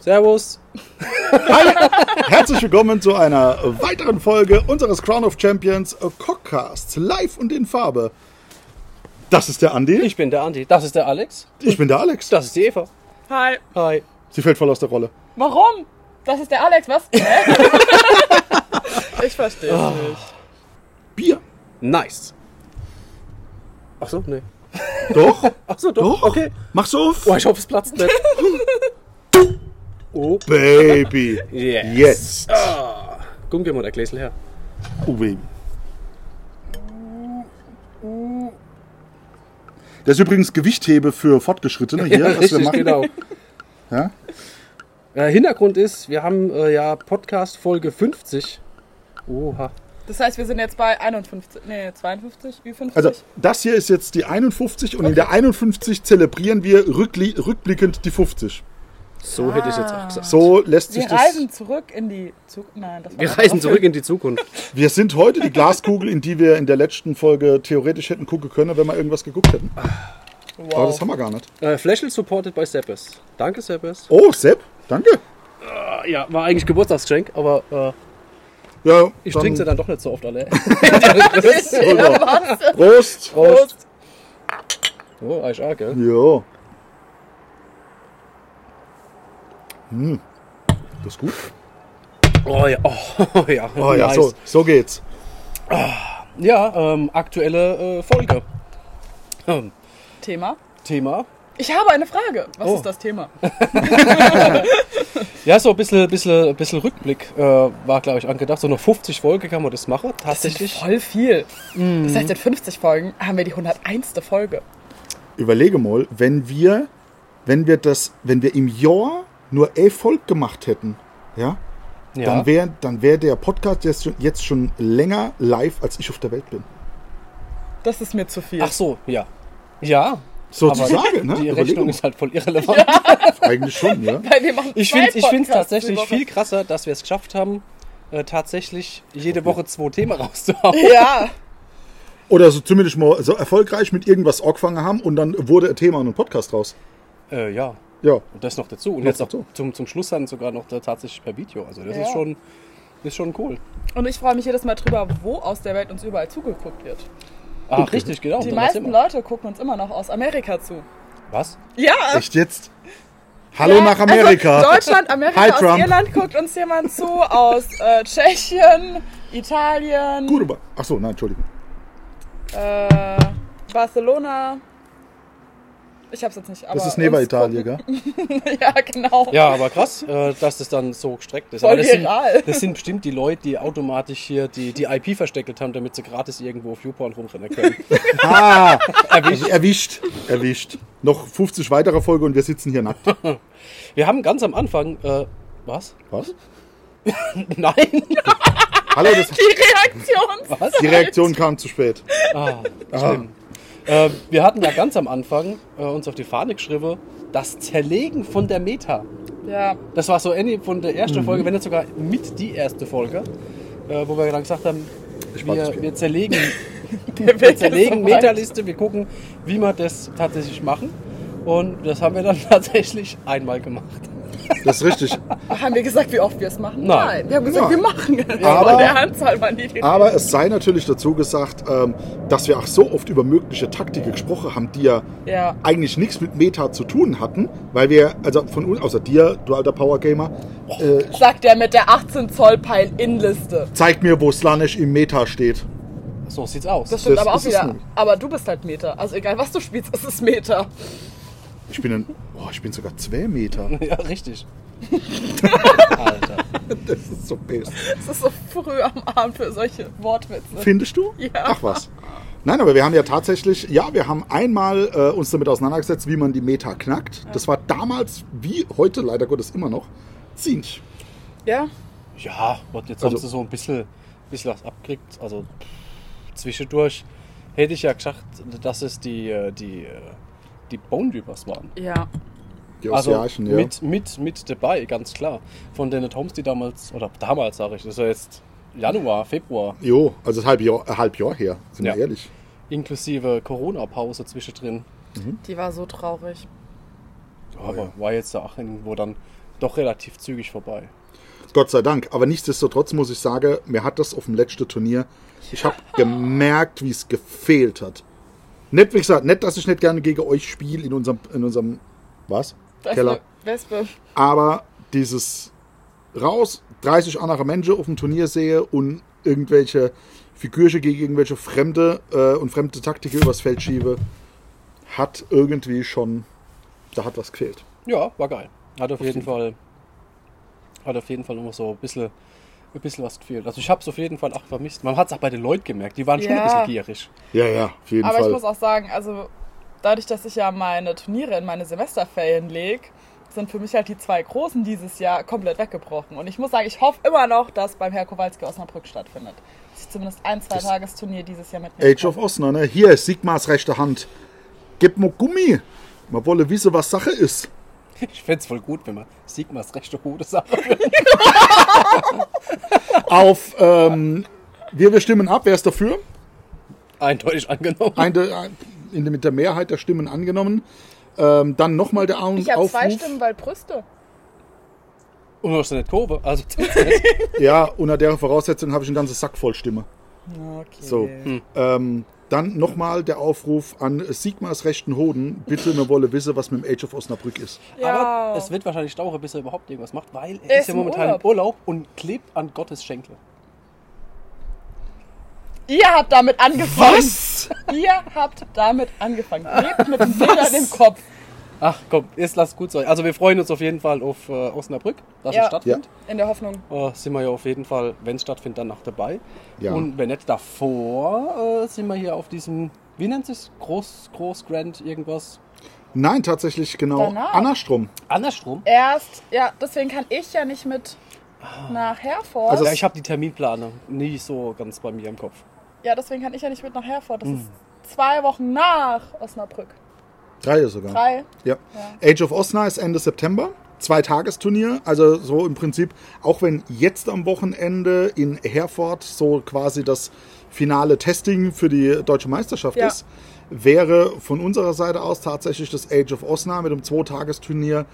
Servus. Hi, herzlich willkommen zu einer weiteren Folge unseres Crown of Champions Cockcasts, live und in Farbe. Das ist der Andi, ich, Ich bin der Andi. Das ist der Alex. bin der Alex. Das ist die Eva. Hi. Hi. Sie fällt voll aus der Rolle. Warum? Das ist der Alex, was? ich verstehe nicht. Bier. Ah, Nice. Ach so, nee. Doch, Oh, Ach so, doch, okay. Mach's auf. Boah, ich hoffe, es platzt nicht. oh, Baby. yes. Jetzt. Komm, gib mal der Gläsel her. Oh, Baby. Das ist übrigens Gewichthebe für Fortgeschrittene hier, was wir Richtig, machen. genau. Ja? Äh, Hintergrund ist, wir haben äh, ja Podcast Folge 50. Oha. Das heißt, wir sind jetzt bei 51, nee, 52, Ü50. Also, das hier ist jetzt die 51 und in der 51 zelebrieren wir rückli- rückblickend die 50. So hätte ich jetzt auch gesagt. So lässt sich wir das. reisen zurück in die Zukunft. Nein, das war Wir reisen zurück in die Zukunft. Wir sind heute die Glaskugel, in die wir in der letzten Folge theoretisch hätten gucken können, wenn wir irgendwas geguckt hätten. Wow. Aber das haben wir gar nicht. Äh, Flashel supported by Seppes. Danke, Seppes. Oh, Sepp, danke. Ah, Ja, war eigentlich Geburtstagsgeschenk, aber äh, Ja, ich dann- trinke sie dann doch nicht so oft alle. Prost. Prost. Oh, eigentlich arg, gell? Ja. Hm. Hm. Das ist gut. Oh ja, oh, ja. Oh ja, nice. so, so geht's. Ja, ähm, aktuelle äh, Folge. Ähm, Thema. Thema. Ich habe eine Frage. Was Oh. ist das Thema? Ja, so ein bisschen, bisschen, bisschen Rückblick äh, war, glaube ich, angedacht. So noch 50 Folge kann man das machen, tatsächlich. Hm. Voll viel. Das heißt, in 50 Folgen haben wir die 101. Folge. Überlege mal, wenn wir, wenn wir das, wenn wir im Jahr nur Erfolg gemacht hätten, ja, Ja. dann wäre dann wär der Podcast jetzt schon, jetzt schon länger live, als ich auf der Welt bin. Das ist mir zu viel. Ach so, ja. Ja. Sozusagen, ne? Die Überleg Rechnung mal. ist halt voll irrelevant. Eigentlich schon, ja. Weil wir machen Ich zwei finde es ich find's Podcasts die tatsächlich Woche. viel krasser, dass wir es geschafft haben, äh, tatsächlich jede Woche zwei Themen rauszuhauen. Ja. Oder so zumindest mal so erfolgreich mit irgendwas angefangen haben und dann wurde ein Thema und ein Podcast raus. Äh, ja. Ja. Und das noch dazu. Und jetzt auch dazu. zum, zum Schluss dann sogar noch da tatsächlich per Video. Also das Ja. ist schon ist schon cool. Und ich freue mich jedes Mal drüber, wo aus der Welt uns überall zugeguckt wird. Ah, richtig, genau. Die Und dann meisten erzähl mal. Leute gucken uns immer noch aus Amerika zu. Was? Ja. Echt jetzt? Hallo nach Amerika. Also Deutschland, Amerika, Hi, aus Trump. Irland guckt uns jemand zu, aus äh, Tschechien, Italien, Gut, aber. Ach so, nein, Entschuldigung. äh, Barcelona. Ich hab's jetzt nicht, aber. Das ist neben uns Italien, gell? gucken- ja, genau. Ja, aber krass, äh, dass das dann so gestreckt ist. Voll Aber das, sind, viral. das sind bestimmt die Leute, die automatisch hier die, die IP versteckelt haben, damit sie gratis irgendwo auf YouPorn rumrennen können. Ah, erwischt. erwischt. Erwischt. Noch 50 weitere Folge und wir sitzen hier nackt. Wir haben ganz am Anfang. Äh, was? Was? Nein! Hallo, das, Die Reaktion. Was? die Reaktion kam zu spät. Ah, schlimm. Äh, wir hatten ja ganz am Anfang äh, uns auf die Fahne geschrieben, das Zerlegen von der Meta. Ja, Das war so Ende von der ersten Mhm. Folge, wenn nicht sogar mit die erste Folge, äh, wo wir dann gesagt haben, Ich mag das wir, Bier. wir zerlegen, der wir Weg zerlegen ist so weit. Metaliste, wir gucken, wie wir das tatsächlich machen. Und das haben wir dann tatsächlich einmal gemacht. Das ist richtig. Haben wir gesagt, wie oft wir es machen? Nein. Wir haben gesagt, Nein. wir machen Aber- es. Ah. Von der Anzahl waren die, die Aber es sei natürlich dazu gesagt, ähm, dass wir auch so oft über mögliche Taktiken gesprochen haben, die ja, Ja. eigentlich nichts mit Meta zu tun hatten, weil wir, also von uns, außer dir, du alter Powergamer, äh, Sagt er mit der 18 Zoll Peil Inliste. zeig mir, wo Slanish im Meta steht. So sieht's aus. Das stimmt Das ist aber auch es wieder. nun. Aber du bist halt Meter. Also egal was du spielst, es ist Meter. Ich bin ein, oh, ich bin sogar zwei Meter. ja, richtig. Alter. Das ist so best. Es ist so früh am Abend für solche Wortwitze. Findest du? Ja. Ach was. Nein, aber wir haben ja tatsächlich, ja, wir haben einmal äh, uns damit auseinandergesetzt, wie man die Meta knackt. Das war damals, wie heute leider Gottes immer noch, Zinch. Ja? Ja, und jetzt Also- haben sie so ein bisschen, bisschen was abgekriegt. Also pff, zwischendurch hätte ich ja gesagt, dass es die, äh, die, äh, die Bone Reapers waren. Ja. Die Also Ossiarchen, ja. mit, mit, mit dabei, ganz klar. Von Dennett Holmes, die damals, oder damals sage ich, das ist ja jetzt Januar, Februar, Jo, also das halb Jahr, äh, halb Jahr her, sind Ja. wir ehrlich. inklusive Corona-Pause zwischendrin. Die war so traurig. Aber war jetzt ja auch irgendwo dann doch relativ zügig vorbei. Gott sei Dank. Aber nichtsdestotrotz muss ich sagen, mir hat das auf dem letzten Turnier, ich habe gemerkt, wie es gefehlt hat. Nicht, wie gesagt, nicht, dass ich nicht gerne gegen euch spiele in unserem, in unserem, was? Wespe, Keller. Wespe. Aber dieses raus, 30 andere Menschen auf dem Turnier sehe und irgendwelche Figürchen gegen irgendwelche Fremde äh, und fremde Taktiken übers Feld schiebe, hat irgendwie schon, da hat was gefehlt. Ja, war geil. Hat auf jeden Fall, hat auf jeden Fall immer so ein bisschen, ein bisschen was gefehlt. Also ich habe es auf jeden Fall auch vermisst. Man hat es auch bei den Leuten gemerkt, die waren schon ein Ja. bisschen gierig. Ja, ja, auf jeden Aber ich Fall. muss auch sagen, also dadurch, dass ich ja meine Turniere in meine Semesterferien lege, sind für mich halt die zwei großen dieses Jahr komplett weggebrochen. Und ich muss sagen, ich hoffe immer noch, dass beim Herr Kowalski Osnabrück stattfindet. Dass ich zumindest ein, zwei Tagesturnier dieses Jahr mitnehme. Age of Osna, ne? Hier ist Sigmas rechte Hand. Gib mir Gummi. Man wolle wissen, was Sache ist. Ich fände es voll gut, wenn man Sigmas rechte Hude sagt. Auf, ähm, wir, wir stimmen ab. Wer ist dafür? Eindeutig angenommen. Ein, in, mit der Mehrheit der Stimmen angenommen. Ähm, dann nochmal der Au- Ich habe Aufruf. zwei Stimmen, weil Brüste. Und noch ist nicht Kurve. Also zählt's nicht. Ja, unter der Voraussetzung habe ich einen ganzen Sack voll Stimme. Okay. So. Ähm, dann nochmal der Aufruf an Sigmas rechten Hoden. Bitte, man wolle wissen, was mit dem Age of Osnabrück ist. Ja. Aber es wird wahrscheinlich dauern, bis er überhaupt irgendwas macht, weil er Er ist, ist ja im momentan im Urlaub und klebt an Gottes Schenkel. Ihr habt damit angefangen. Ihr habt damit angefangen. Lebt mit den Bildern im Kopf. Ach komm, jetzt lass gut sein. Also wir freuen uns auf jeden Fall auf äh, Osnabrück, dass es Ja. stattfindet. In der Hoffnung. Äh, sind wir ja auf jeden Fall, wenn es stattfindet, danach dabei. Ja. Und wenn nicht davor, äh, sind wir hier auf diesem, wie nennt es? Groß, Groß, Grand, irgendwas. Nein, tatsächlich genau Danach. andersrum. Andersrum. Erst, ja, deswegen kann ich ja nicht mit Ah. nach Herford. Also ja, ich habe die Terminplane nie so ganz bei mir im Kopf. ja, deswegen kann ich ja nicht mit nach Herford. Hm. Das ist zwei Wochen nach Osnabrück. Drei sogar. Drei. Ja. Age of Osna ist Ende September. Zwei Tagesturnier, also so im Prinzip, auch wenn jetzt am Wochenende in Herford so quasi das finale Testing für die deutsche Meisterschaft Ja. ist, wäre von unserer Seite aus tatsächlich das Age of Osna mit einem Zwei-Tagesturnier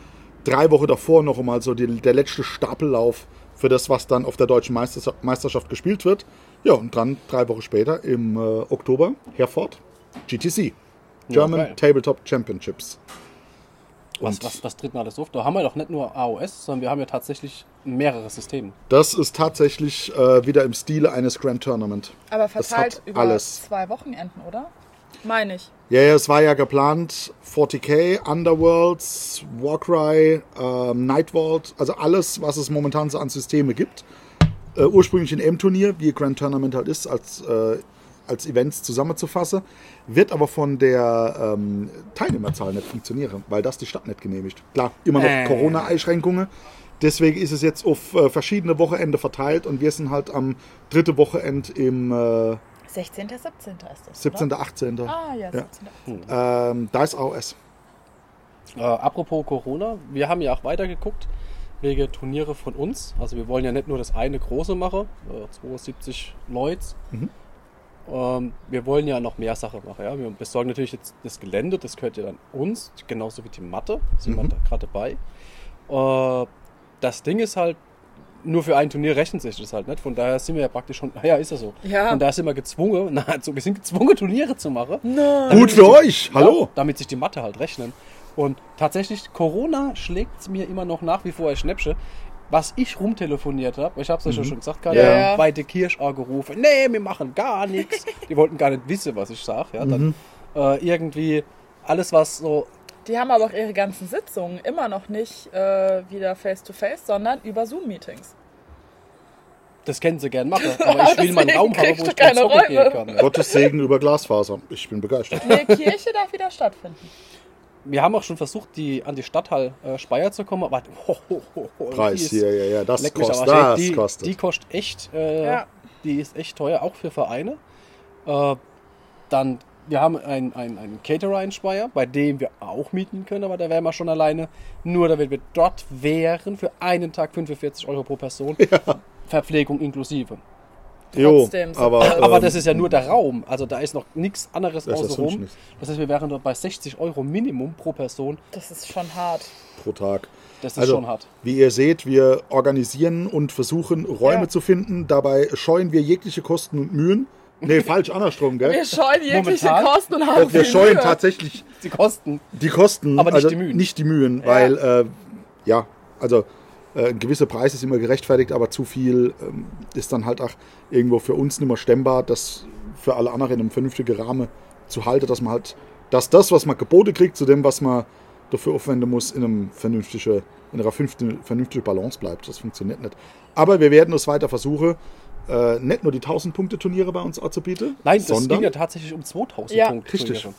drei Wochen davor noch einmal so die, der letzte Stapellauf für das, was dann auf der deutschen Meisters Meisterschaft gespielt wird. Ja, und dann drei Wochen später im äh, Oktober Herford GTC. German geil. Tabletop Championships. Was, Und- was, was tritt denn alles auf? Da haben wir doch nicht nur AOS, sondern wir haben ja tatsächlich mehrere Systeme. Das ist tatsächlich äh, wieder im Stile eines Grand Tournament. Aber Das verteilt hat über alles. zwei Wochenenden, oder? Meine ich. Ja, ja, es war ja geplant, 40k, Underworlds, Warcry, ähm, Nightvault, also alles, was es momentan so an Systeme gibt. Äh, ursprünglich in M-Turnier, wie Grand Tournament halt ist, als, äh, als Events zusammenzufassen, wird aber von der ähm, Teilnehmerzahl nicht funktionieren, weil das die Stadt nicht genehmigt. Klar, immer noch Äh. Corona-Einschränkungen. Deswegen ist es jetzt auf äh, verschiedene Wochenende verteilt und wir sind halt am dritte Wochenende im äh, 16. 17. ist das. 17. Oder? 18. Ah, ja, 17. Ähm, da ist AOS. Äh, apropos Corona, wir haben ja auch weitergeguckt wegen Turniere von uns. Also wir wollen ja nicht nur das eine große machen, äh, 72 Leute. Ähm, wir wollen ja noch mehr Sachen machen. Ja? Wir besorgen natürlich jetzt das Gelände, das gehört ja dann uns, genauso wie die Matte, sind wir da gerade dabei. Äh, das Ding ist halt, nur für ein Turnier rechnet sich das halt nicht. Von daher sind wir ja praktisch schon, naja, ist ja so. Ja. Und da sind wir gezwungen, nahezu, wir sind gezwungen, Turniere zu machen. Gut für euch. Hallo. Ja, Oh, damit sich die Mathe halt rechnen. Und tatsächlich, Corona schlägt mir immer noch nach wie vor ein Schnäppchen. Was ich rumtelefoniert habe, ich habe es euch ja schon gesagt, Katja, Mhm. Ja, ja. bei der Kirsch angerufen, nee, wir machen gar nichts. Die wollten gar nicht wissen, was ich sage. Ja, Mhm. dann äh, irgendwie alles, was so, Die haben aber auch ihre ganzen Sitzungen immer noch nicht äh, wieder face-to-face, sondern über Zoom-Meetings. das kennen sie gern machen, aber ich will meinen Deswegen Raum haben, kriegst wo du ich dann keine zocken gehen Räume. kann. Ja. Gottes Segen über Glasfaser. Ich bin begeistert. Nee, Kirche darf wieder stattfinden. Wir haben auch schon versucht, die, an die Stadthalle äh, Speyer zu kommen, aber ho, ho, ho, ho, die Preis ist- hier, ja, ja. Das Leck mich kostet. am Arsch, ey, Das die, kostet. Die kostet echt, äh, Ja. die ist echt teuer, auch für Vereine. Äh, dann, wir haben einen, einen, einen Caterer in Speyer, bei dem wir auch mieten können, aber da wären wir schon alleine. Nur damit wir dort wären, für einen Tag 45 Euro pro Person, Verpflegung inklusive. trotzdem. so- aber, äh, Aber ähm, das ist ja nur der Raum, also da ist noch nichts anderes Das ist das außenrum. sonst nichts. Das heißt, wir wären dort bei 60 Euro Minimum pro Person. das ist schon hart. pro Tag. Also, Das ist schon hart. Wie ihr seht, wir organisieren und versuchen, Räume Ja. zu finden. Dabei scheuen wir jegliche Kosten und Mühen. Nee, falsch, andersrum, Wir gell? scheuen jegliche Momentan? Kosten und haben Doch, wir viel scheuen Mühe. tatsächlich Die Kosten. die Kosten, Aber nicht also die Mühen. Nicht die Mühen, weil, äh, ja, also äh, ein gewisser Preis ist immer gerechtfertigt, aber zu viel ähm, ist dann halt auch irgendwo für uns nicht mehr stemmbar, das für alle anderen in einem vernünftigen Rahmen zu halten, dass man halt, dass das, was man geboten kriegt, zu dem, was man dafür aufwenden muss, in, einem vernünftige, in einer fünften- vernünftigen Balance bleibt. Das funktioniert nicht. Aber wir werden es weiter versuchen, äh, nicht nur die 1000-Punkte-Turniere bei uns anzubieten, Nein, das ging sondern ja tatsächlich um 2000 Ja. Punkte. Richtig. Entschuldigung.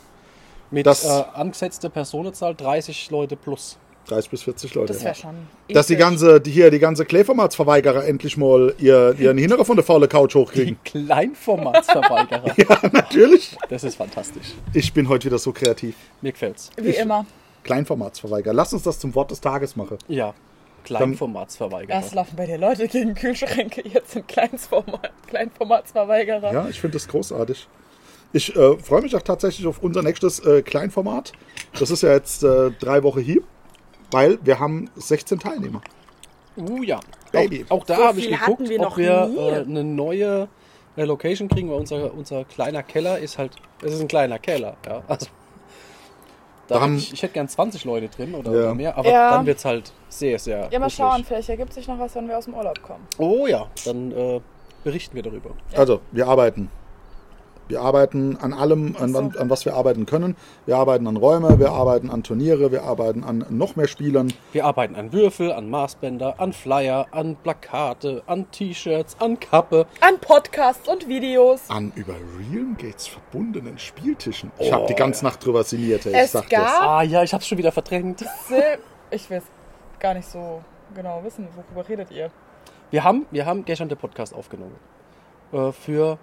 Mit Das- äh, angesetzter Personenzahl 30 Leute plus. 30 bis 40 Leute. Das wäre schon. Dass die episch. ganze, die hier, die ganze Klärformatsverweigerer endlich mal ihr, ihren Hinterer von der faulen Couch Die hochkriegen. Kleinformatsverweigerer. Natürlich. Das ist fantastisch. Ich bin heute wieder so kreativ. Mir gefällt's. Wie immer. Kleinformatsverweigerer. Lass uns das zum Wort des Tages machen. Ja. Kleinformatsverweigerer. Erst laufen bei dir Leute gegen Kühlschränke, jetzt sind Kleinformat, Kleinformatsverweigerer. Ja, ich finde das großartig. Ich äh, freue mich auch tatsächlich auf unser nächstes äh, Kleinformat. Das ist ja jetzt äh, drei Wochen hier, weil wir haben 16 Teilnehmer. Uh ja. Baby. Auch, auch da So habe ich viel geguckt, hatten wir ob noch wir nie. äh, eine neue äh, Location kriegen, weil unser, unser kleiner Keller ist halt. Es ist ein kleiner Keller, ja. Also, da Da haben- hätte ich, ich hätte gern 20 Leute drin oder Ja. mehr, aber Ja. dann wird es halt sehr, sehr. Ja, mal ruckelig. schauen, vielleicht ergibt sich noch was, wenn wir aus dem Urlaub kommen. Oh ja, dann äh, berichten wir darüber. Also, wir arbeiten. Wir arbeiten an allem, an, Ach so. an was wir arbeiten können. Wir arbeiten an Räume, wir arbeiten an Turniere, wir arbeiten an noch mehr Spielern. Wir arbeiten an Würfel, an Maßbänder, an Flyer, an Plakate, an T-Shirts, an Kappe. An Podcasts und Videos. An über Realm Gates verbundenen Spieltischen. Ich habe die ganze Nacht drüber sinniert, ey. ich Es sag gab- Ah ja, ich hab's schon wieder verdrängt. Sil ich will gar nicht so genau wissen, worüber redet ihr. Wir haben, wir haben gestern den Podcast aufgenommen. Äh, für. das.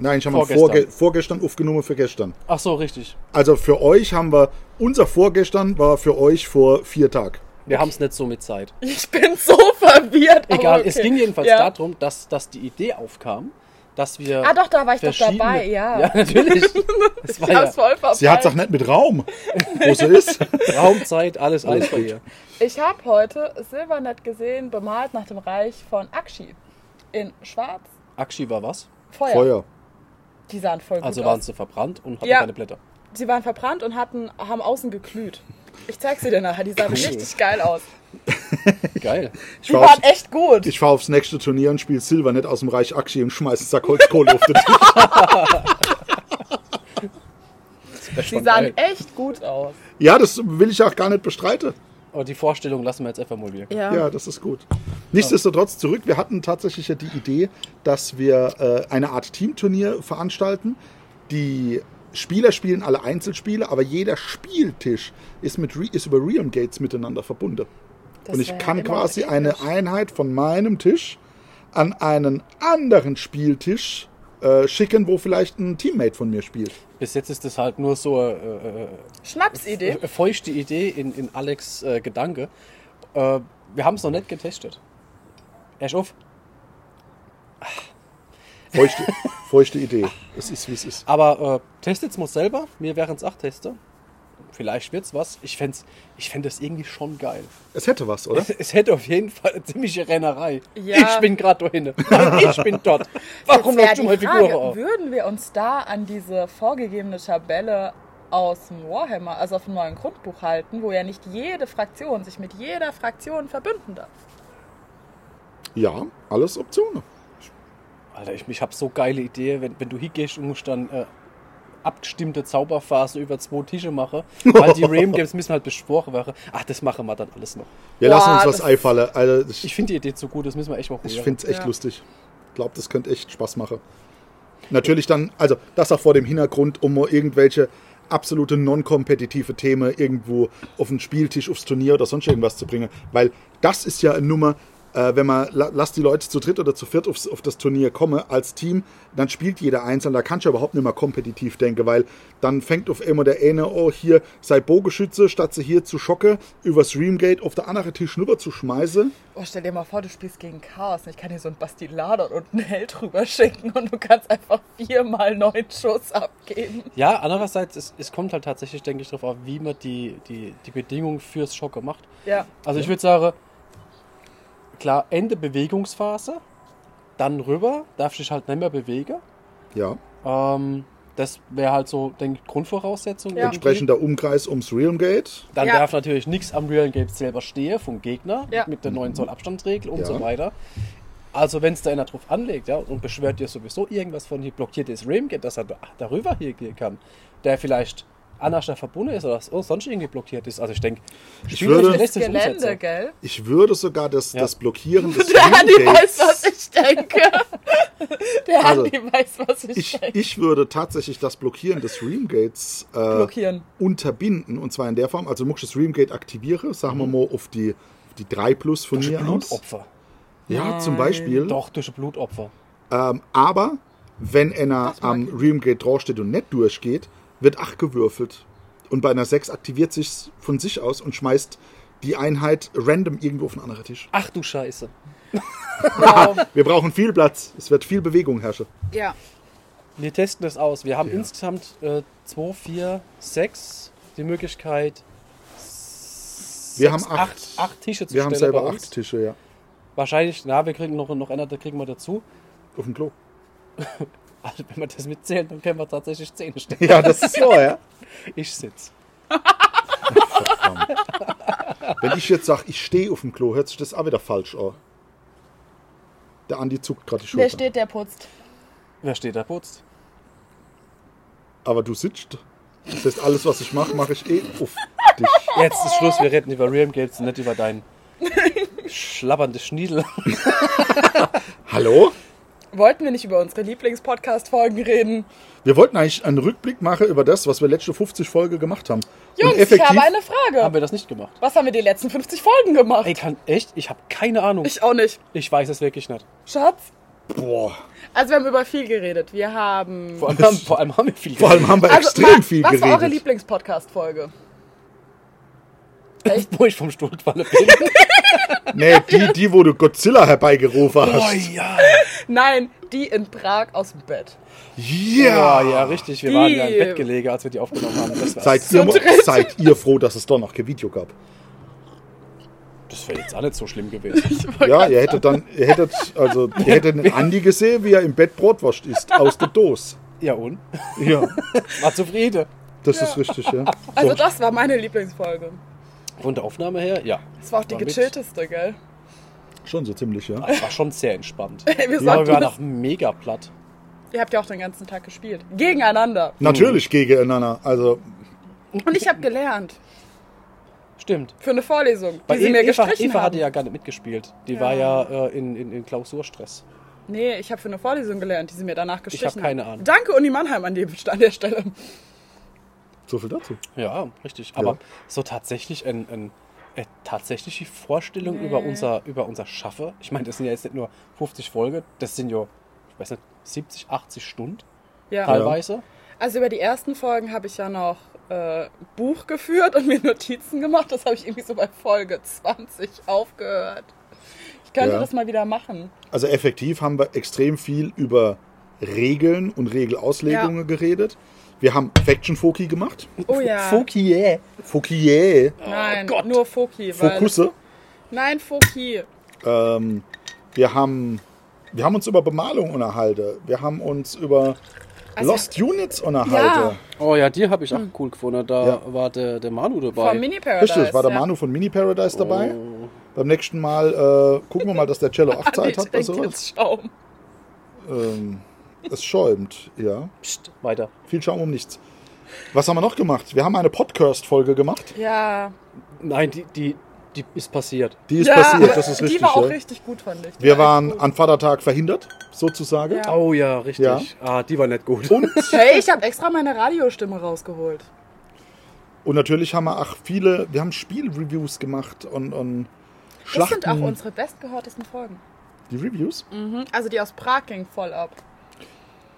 Nein, ich habe vorgestern. Vorgestern. Vorge vorgestern aufgenommen für gestern. Ach so, richtig. Also für euch haben wir, unser Vorgestern war für euch vor vier Tagen. Wir haben's nicht so mit Zeit. Ich bin so verwirrt. aber Egal, es Oh, okay. ging jedenfalls ja. darum, dass, dass die Idee aufkam, dass wir. Ah, doch, da war ich doch verschiedene- dabei, ja. Ja, natürlich. Es war Ich hab's ja voll verpeilt. Sie hat doch nicht mit Raum, wo sie ist. Raumzeit, alles, alles Alles bei ihr. gut. Ich habe heute Silbernet gesehen, bemalt nach dem Reich von Akshi. In Schwarz, Akshi war was? Feuer. Feuer. Die sahen voll gut Also waren aus. sie verbrannt und hatten Oh Ja. keine Blätter. Sie waren verbrannt und hatten, haben außen geglüht. Ich zeig sie dir nachher, die sahen richtig geil aus. Geil. Ich Die war, aufs, waren echt gut. ich war aufs nächste Turnier und spiele Silver nicht aus dem Reich Akshi und schmeiß einen Sack Holzkohle auf den Tisch. Die sahen echt gut aus. Ja, das will ich auch gar nicht bestreiten. Aber die Vorstellung lassen wir jetzt einfach mal wirken. Ja. Ja, das ist gut. Nichtsdestotrotz zurück. Wir hatten tatsächlich ja die Idee, dass wir äh, eine Art Teamturnier veranstalten. Die Spieler spielen alle Einzelspiele, aber jeder Spieltisch ist, mit, Re- ist über Realm Gates miteinander verbunden. Das Und ich wär kann immer quasi episch. eine Einheit von meinem Tisch an einen anderen Spieltisch äh, schicken, wo vielleicht ein Teammate von mir spielt. Bis jetzt ist das halt nur so äh, äh, Schnapsidee. äh, feuchte Idee in, in Alex äh, Gedanke. Äh, wir haben es noch nicht getestet. Erst auf. Feuchte, feuchte Idee. Es ist, wie es ist. Aber äh, testet's mal selber. Mir während's auch teste. Vielleicht wird's was. Ich fänd's, ich fänd das irgendwie schon geil. Es hätte was, oder? Es, es hätte auf jeden Fall eine ziemliche Rennerei. Ja. Ich bin gerade dahin. Nein, ich bin dort. Warum Jetzt läuft du wär die mal Frage, Figuren auf? Würden wir uns da an diese vorgegebene Tabelle aus dem Warhammer, also auf dem neuen Grundbuch halten, wo ja nicht jede Fraktion sich mit jeder Fraktion verbünden darf? Ja, alles Optionen. Alter, ich, ich habe so geile Idee, wenn, wenn du hingehst und musst dann äh, abgestimmte Zauberphasen über zwei Tische machen, weil die Realm Games müssen halt beschworen werden. Ach, das machen wir dann alles noch. Wir Boah, lassen uns was das- einfallen. Also, ich Ich finde die Idee zu gut, das müssen wir echt mal Ich probieren. finde es echt Ja. lustig. Ich glaube, das könnte echt Spaß machen. Natürlich dann, also das auch vor dem Hintergrund, um irgendwelche absolute non-kompetitive Themen irgendwo auf den Spieltisch, aufs Turnier oder sonst irgendwas zu bringen. Weil das ist ja eine Nummer, äh, äh, wenn man la, lasst die Leute zu dritt oder zu viert aufs, auf das Turnier kommen als Team, dann spielt jeder einzeln. Da kannst du überhaupt nicht mehr kompetitiv denken, weil dann fängt auf einmal der eine, oh, hier sei Bogenschütze, statt sie hier zu schocke, übers Reamgate auf der anderen Tisch rüber zu schmeißen. Oh, stell dir mal vor, du spielst gegen Chaos. und Ich kann dir so einen Bastilader und einen Held drüber schicken und du kannst einfach viermal neun Schuss abgeben. Ja, andererseits, es, es kommt halt tatsächlich, denke ich, darauf an, wie man die, die, die Bedingungen fürs Schocke macht. Ja. Also ich würde sagen, klar, Ende Bewegungsphase, dann rüber, darfst dich halt nicht mehr bewegen. Ja. Ähm, das wäre halt so, denke ich, Grundvoraussetzung. Ja. irgendwie. Entsprechender Umkreis ums Realmgate. Dann Ja. darf natürlich nichts am Real Gate selber stehen vom Gegner Ja. mit der 9 Zoll Abstandsregel und Ja. so weiter. Also wenn es da einer drauf anlegt ja, und beschwört dir sowieso irgendwas von hier blockiert ist Realm Gate, dass er da- darüber hier gehen kann, der vielleicht anarchter verbunden ist oder so- sonst irgendwie blockiert ist. Also ich denke, würde- lässt sich Gelände, umsetzen. gell? Ich würde sogar das, Ja. das Blockieren des Der Andi weiß, Realmgates. was ich denke. Der Also, Andi weiß, was ich, Ich, äh, denke. ich würde tatsächlich das Blockieren des Realmgates äh, Blockieren. unterbinden. Und zwar in der Form, also du musst das Realmgate aktiviere, sagen wir Mhm. mal auf die, auf die 3 plus von Durch mir aus. Blutopfer. Ja, zum Beispiel. Doch, durch Blutopfer. Ähm, aber wenn einer Das mag am Realmgate draufsteht und nicht durchgeht, wird 8 gewürfelt. Und bei einer 6 aktiviert sich von sich aus und schmeißt die Einheit random irgendwo auf einen anderen Tisch. Ach du Scheiße. Wow. Wir brauchen viel Platz. Es wird viel Bewegung herrschen. ja. Wir testen das aus. Wir haben insgesamt äh, 2, 4, 6 die Möglichkeit. sechs, Wir haben acht. acht Tische zu Wir stellen. haben selber bei uns. acht Tische, ja. Wahrscheinlich, na, wir kriegen noch, noch einer, da kriegen wir dazu. Auf dem Klo. Also, wenn wir das mitzählen, dann können wir tatsächlich 10 stellen. Ja, das ist so, ja. Ich sitz. Wenn ich jetzt sage, ich stehe auf dem Klo, hört sich das auch wieder falsch an. Der Andi zuckt gerade die Wer Schulter. steht, der putzt. Wer steht da putzt? Aber du sitzt. Das heißt, alles, was ich mache, mache ich eh auf dich. Jetzt ist Schluss, wir reden über Realm Gates und nicht über deinen schlabbernde Schniedel. Hallo? Wollten wir nicht über unsere Lieblingspodcast-Folgen reden? Wir wollten eigentlich einen Rückblick machen über das, was wir letzte 50 Folge gemacht haben. Jungs, Und ich effektiv, habe eine Frage. Haben wir das nicht gemacht? was haben wir die letzten 50 Folgen gemacht? Ey, kann, echt? Ich habe keine Ahnung. Ich auch nicht. Ich weiß es wirklich nicht. Schatz? boah, Also wir haben über viel geredet. Wir haben... Vor allem, haben, vor allem haben wir viel vor allem haben wir also, extrem wa- viel was war eure geredet. Lieblingspodcast-Folge? wo ich vom Stuhl gefallen bin. Nee, die, die, wo du Godzilla herbeigerufen Oh hast. ja. Nein, die in Prag aus dem Bett. Ja, Ja, ja, richtig. Wir waren ja im Die- Bett gelegen, als wir die aufgenommen haben. Das, war, Seid ihr, seid ihr froh, dass es doch noch kein Video gab? das wäre jetzt auch nicht so schlimm gewesen. Oh Ja, ihr hättet dann, ihr hättet, also, ihr hättet den Andi gesehen, wie er im Bett Brotwurst isst, aus der Dose. Ja und? Ja, War zufrieden. das ist richtig, ja. Also So, das war meine Lieblingsfolge. Von der Aufnahme her, ja. Das war auch die War mit. Ah, gechillteste, gell? schon so ziemlich, ja. War schon sehr entspannt. Wir Aber sagten, wir waren das- auch mega platt. Ihr habt ja auch den ganzen Tag gespielt. Gegeneinander. Natürlich gegeneinander. Also, Und ich habe gelernt. Stimmt. Für eine Vorlesung, die Weil sie E- mir Eva, gestrichen Eva haben. hatte ja gar nicht mitgespielt. Die war ja äh, in, in, in Klausurstress. Nee, ich habe für eine Vorlesung gelernt, die sie mir danach gestrichen hab keine haben. Ahnung. Danke Uni Mannheim an, dem, an der Stelle. so viel dazu. Ja, richtig. Aber so tatsächlich ein, ein, äh, tatsächlich die Vorstellung über unser über unser Schaffe. Ich meine, das sind ja jetzt nicht nur 50 Folgen, das sind ja, ich weiß nicht, 70, 80 Stunden Ja. teilweise. Also über die ersten Folgen habe ich ja noch äh, Buch geführt und mir Notizen gemacht. Das habe ich irgendwie so bei Folge 20 aufgehört. Ich könnte Ja. das mal wieder machen. Also effektiv haben wir extrem viel über Regeln und Regelauslegungen Ja. geredet. Wir haben Faction Foki gemacht. Oh ja. Foki, yeah. Fokier. Nein, oh Gott. nur Foki. weil- Fokusse. Nein, Foki. Ähm, wir haben. Wir haben uns über Bemalung unterhalten. Wir haben uns über Also- Lost Units unterhalten. Oh ja, die habe ich auch cool gefunden. Da Ja. war der, der Manu dabei. Vom Hm. Mini Paradise. Richtig, war der ja. Oh. Manu von Mini Paradise dabei. Beim nächsten Mal äh, gucken wir mal, dass der Cello auch Zeit Andi hat bei trinkt sowas. jetzt Schaum. Ähm, es schäumt, ja. Psst, weiter. Viel Schaum um nichts. Was haben wir noch gemacht? Wir haben eine Podcast-Folge gemacht. Ja. Nein, die, die, die ist passiert. Die ist ja, aber passiert, das ist richtig. Die war auch ja. richtig gut, fand ich. Die Wir war waren an Vatertag verhindert, sozusagen. Ja. Oh ja, richtig. Ja. Ah, die war nicht gut. Und, echt gut. Hey, ich habe extra meine Radiostimme rausgeholt. und natürlich haben wir auch viele, wir haben Spielreviews gemacht und, und Das Schlachten. sind auch unsere bestgehörtesten Folgen. die Reviews. Mhm. Also die aus Prag ging voll ab.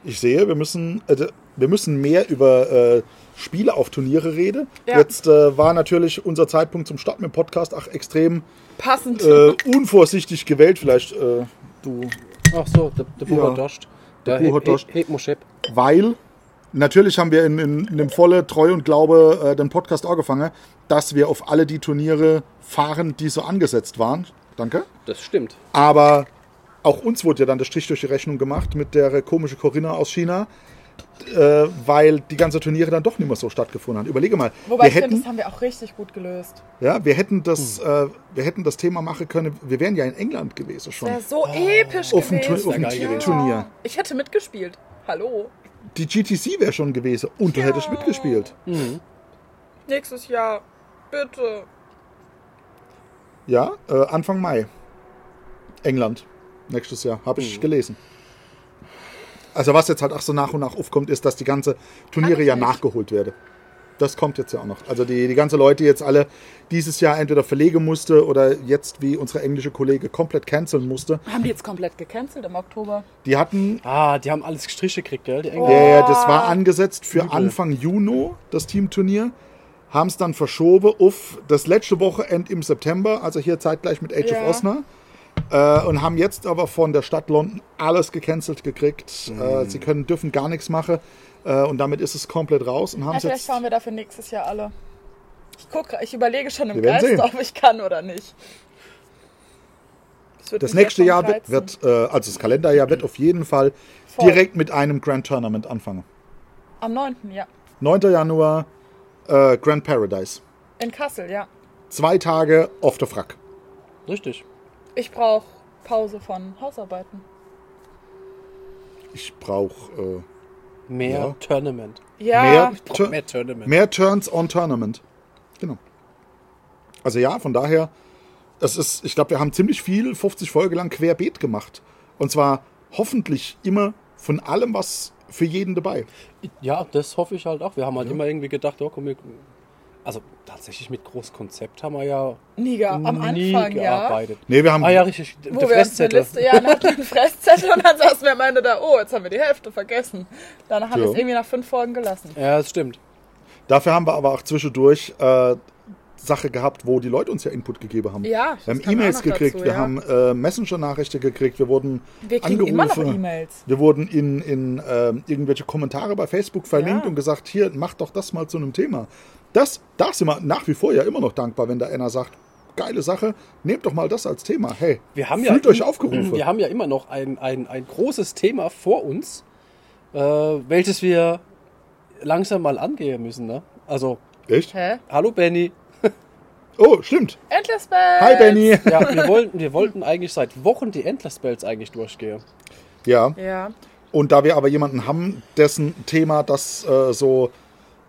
Ich sehe, wir müssen, äh, wir müssen mehr über äh, Spiele auf Turniere reden. Ja. Jetzt äh, war natürlich unser Zeitpunkt zum Start mit dem Podcast auch extrem Passend. äh, unvorsichtig gewählt. Vielleicht äh, du Ach so, der, der Buch Ja. hat doscht. Der Buch hat doscht. Heb muss Shep. weil natürlich haben wir in, in, in dem volle Treu und Glaube äh, den Podcast angefangen, dass wir auf alle die Turniere fahren, die so angesetzt waren. Danke. Das stimmt. Aber auch uns wurde ja dann der Strich durch die Rechnung gemacht mit der komischen Corinna aus China, äh, weil die ganzen Turniere dann doch nicht mehr so stattgefunden haben. Überlege mal, Wobei wir ich finde, hätten, Oh. das haben wir auch richtig gut gelöst. ja, wir hätten das, äh, wir hätten das Thema machen können. Wir wären ja in England gewesen schon. Das wäre so episch Oh. Auf dem, gewesen. Tur auf dem geil Tier- gewesen. Turnier. Ich hätte mitgespielt. Hallo. Die GTC wäre schon gewesen und du hättest mitgespielt. Nächstes Jahr. Bitte. Ja, äh, Anfang Mai. England. Nächstes Jahr. Habe ich gelesen. Also was jetzt halt auch so nach und nach aufkommt, ist, dass die ganze Turniere Alles ja nicht. nachgeholt werde. Das kommt jetzt ja auch noch. Also die, die ganze Leute jetzt alle dieses Jahr entweder verlegen musste oder jetzt wie unsere englische Kollege komplett canceln musste. Haben die jetzt komplett gecancelt im Oktober? Die hatten, Ah, die haben alles gestrichen gekriegt, gell? Die Engländer. ja, ja, das war angesetzt für Übel. Anfang Juni, das Teamturnier, haben es dann verschoben auf das letzte Wochenende im September, also hier zeitgleich mit Age Ja. of Osna. Äh, und haben jetzt aber von der Stadt London alles gecancelt gekriegt. Äh, Mhm. sie können, dürfen gar nichts machen. Äh, und damit ist es komplett raus. Und haben Ja, es vielleicht jetzt. fahren wir dafür nächstes Jahr alle. Ich gucke, ich überlege schon im Wir werden Geist, sehen. ob ich kann oder nicht. wird Das mich nächste ja Jahr schon wird, reizen. wird äh, also das Kalenderjahr wird auf jeden Fall Voll. direkt mit einem Grand Tournament anfangen. Am 9. ja. 9. Januar äh, Grand Paradise. In Kassel, ja. Zwei Tage auf der Frack. Richtig. Ich brauche Pause von Hausarbeiten. Ich äh, brauche Mehr Ja. Tournament. äh, Ja. mehr, Braucht Tur- Mehr Tournament. mehr Turns on Tournament. Genau. Also ja, von daher, es ist, ich glaube, wir haben ziemlich viel, 50 Folge lang querbeet gemacht. Und zwar hoffentlich immer von allem was für jeden dabei. Ja, das hoffe ich halt auch. Wir haben halt immer irgendwie gedacht, oh, komm, wir, also tatsächlich mit großem Konzept haben wir ja Niger, am nie Anfang, ja. gearbeitet. Nee, wir haben Ah ja, richtig. der Wo wir uns eine Fresszettel. Liste, ja, nach den Fresszettel und dann saßen wir am Ende da, oh, jetzt haben wir die Hälfte vergessen. Danach haben wir Ja. es irgendwie nach fünf Folgen gelassen. Ja, das stimmt. Dafür haben wir aber auch zwischendurch äh, Sache gehabt, wo die Leute uns ja Input gegeben haben. Ja, das wir haben kam E-Mails auch noch gekriegt, dazu, wir ja. haben äh, Messenger-Nachrichten gekriegt, wir wurden Wir kriegen angerufen. immer noch E-Mails. Wir wurden in, in äh, irgendwelche Kommentare bei Facebook verlinkt Ja. und gesagt, hier, mach doch das mal zu einem Thema. Das, da sind wir nach wie vor ja immer noch dankbar, wenn da einer sagt, geile Sache, nehmt doch mal das als Thema. Hey, Wir haben fühlt ja euch aufgerufen. Wir haben ja immer noch ein, ein, ein großes Thema vor uns, äh, welches wir langsam mal angehen müssen. Ne? Also, Echt? Hä? hallo Benny. Oh, stimmt. Endless Bells! Hi, Benny. Ja, wir wollten, wir wollten eigentlich seit Wochen die Endless Bells eigentlich durchgehen. Ja, Ja. und da wir aber jemanden haben, dessen Thema das äh, so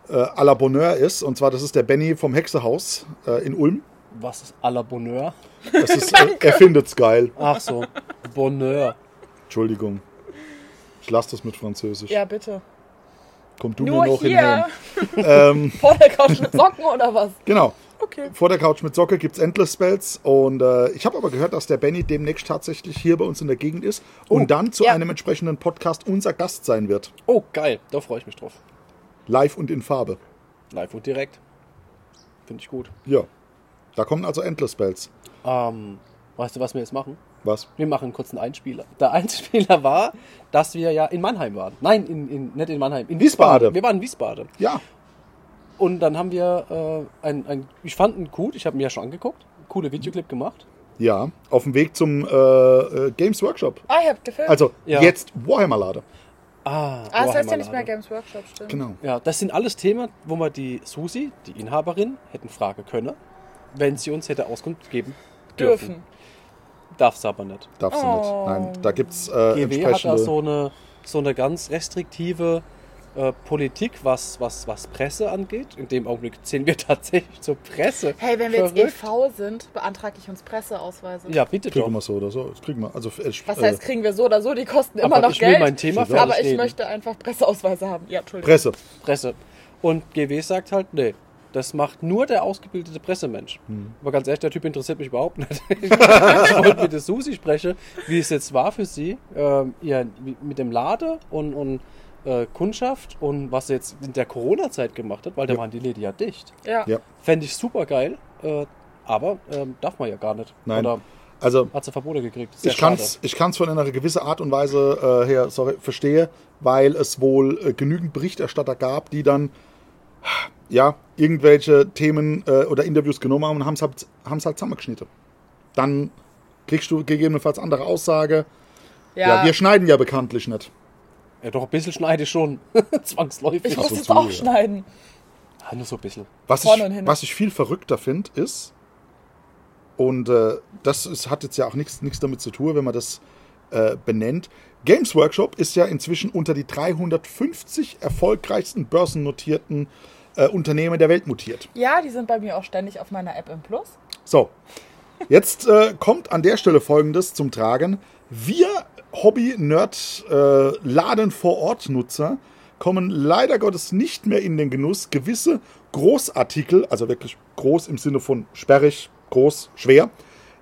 äh, à la Bonheur ist, und zwar das ist der Benny vom Hexehaus äh, in Ulm. Was ist à la Bonheur? Das ist, äh, er findet's geil. Ach so, Bonheur. Entschuldigung. Ich lasse das mit Französisch. Ja, bitte. Kommt du Nur mir noch hier. hinterher. Ähm, Vor der Couch mit Socken oder was? genau. Okay. Vor der Couch mit Socke gibt's Endless Spells. Und äh, ich habe aber gehört, dass der Benny demnächst tatsächlich hier bei uns in der Gegend ist und dann zu Oh, ja. einem entsprechenden Podcast unser Gast sein wird. Oh, geil, da freue ich mich drauf. Live und in Farbe. Live und direkt. Finde ich gut. Ja. Da kommen also Endless Spells. Ähm, weißt du, was wir jetzt machen? Was? Wir machen kurz einen Einspieler. Der Einspieler war, dass wir ja in Mannheim waren. Nein, in, in, nicht in Mannheim, in Wiesbaden. Wiesbaden. Wir waren in Wiesbaden. Ja. Und dann haben wir äh, ein, ein, ich fand ihn gut, ich habe mir ja schon angeguckt, coole Videoclip gemacht. Ja. Auf dem Weg zum äh, äh, Games Workshop. Ah, ihr habt gefilmt. Also oh, Ja. jetzt Warhammer-Lade. Ah, ah, das Warhammer heißt ja nicht mehr Lade. Games Workshop, stimmt. Genau. Ja, das sind alles Themen, wo wir die Susi, die Inhaberin, hätten fragen können, wenn sie uns hätte Auskunft geben dürfen. Dürfen. Darf sie aber nicht. Darfst du Oh. nicht. Nein, da gibt's äh, GW hat da entsprechende... so eine, so eine ganz restriktive äh, Politik, was, was, was Presse angeht. In dem Augenblick zählen wir tatsächlich zur Presse. Hey, wenn wir jetzt Verrückt. EV sind, beantrage ich uns Presseausweise. Ja, bitte doch. Kriegen wir so oder so. Das kriegen wir. Also, äh, Was heißt, kriegen wir so oder so? Die kosten immer aber noch ich Geld. will mein Thema fertig aber ich reden. möchte einfach Presseausweise haben. Ja, Entschuldigung. Presse. Presse. Und GW sagt halt, nee, Das macht nur der ausgebildete Pressemensch. Hm. Aber ganz ehrlich, der Typ interessiert mich überhaupt nicht. ich wollte mit der Susi sprechen, wie es jetzt war für sie, ähm, ihr, wie- mit dem Lade und, und äh, Kundschaft und was sie jetzt in der Corona-Zeit gemacht hat, weil da Ja. waren die Läden ja dicht. Ja. Ja. Fände ich super geil, äh, aber ähm, darf man ja gar nicht. Nein. Oder Also, hat sie Verbote gekriegt. Sehr ich kann es ich kann's von einer gewissen Art und Weise äh, her sorry, verstehe, weil es wohl äh, genügend Berichterstatter gab, die dann ja irgendwelche Themen äh, oder Interviews genommen haben und haben es halt, haben's halt zusammengeschnitten. Dann kriegst du gegebenenfalls andere Aussage. Ja. wir schneiden ja bekanntlich nicht. schade. Ja, doch, ein bisschen schneide ich schon. Zwangsläufig. ich Ach muss so, jetzt zu, auch ja. schneiden. Ah, nur so ein bisschen. Was ich, Vorne und hinten. was ich viel verrückter finde, ist, und äh, das ist, hat jetzt ja auch nichts nichts damit zu tun, wenn man das äh, benennt. Games Workshop ist ja inzwischen unter die 350 erfolgreichsten börsennotierten äh, Unternehmen der Welt mutiert. Ja, die sind bei mir auch ständig auf meiner App im Plus. So, jetzt äh, kommt an der Stelle Folgendes zum Tragen. Wir äh, Hobby-Nerd-Laden-vor-Ort-Nutzer kommen leider Gottes nicht mehr in den Genuss, gewisse Großartikel, also wirklich groß im Sinne von sperrig, groß, schwer,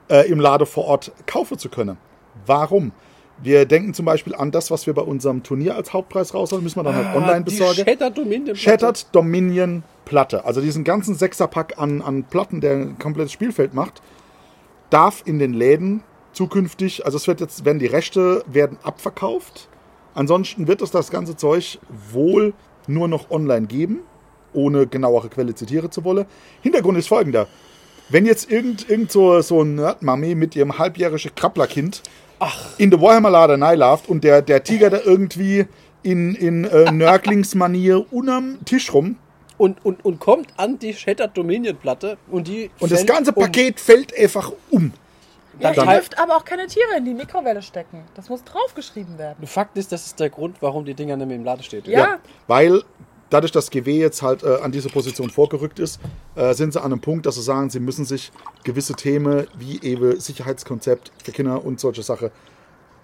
äh, im Lade vor Ort kaufen zu können. Warum? Wir denken zum Beispiel an das, was wir bei unserem Turnier als Hauptpreis raushauen, müssen wir dann Ah, halt online besorgen. Shattered Dominion. Shattered Dominion Platte, also diesen ganzen Sechserpack an, an Platten, der ein komplettes Spielfeld macht, darf in den Läden zukünftig, also es wird jetzt, werden die Rechte werden abverkauft. Ansonsten wird es das ganze Zeug wohl nur noch online geben, ohne genauere Quelle zitieren zu wollen. Hintergrund ist folgender. Wenn jetzt irgend, irgend so, so ein Nerdmami mit ihrem halbjährigen Krabblerkind in der Warhammer-Lade neilaft und der, der Tiger da irgendwie in, in äh, Nörglingsmanier unterm Tisch rum Und, und, und kommt an die Shattered Dominion Platte und die. und das fällt ganze um. Paket fällt einfach um. Ja, Dann- ihr dürft aber auch keine Tiere in die Mikrowelle stecken. Das muss draufgeschrieben werden. Fakt ist, das ist der Grund, warum die Dinger nicht mehr im Laden steht. Ja. Weil dadurch, dass GW jetzt halt äh, an diese Position vorgerückt ist, äh, sind sie an einem Punkt, dass sie sagen, sie müssen sich gewisse Themen wie eben Sicherheitskonzept für Kinder und solche Sachen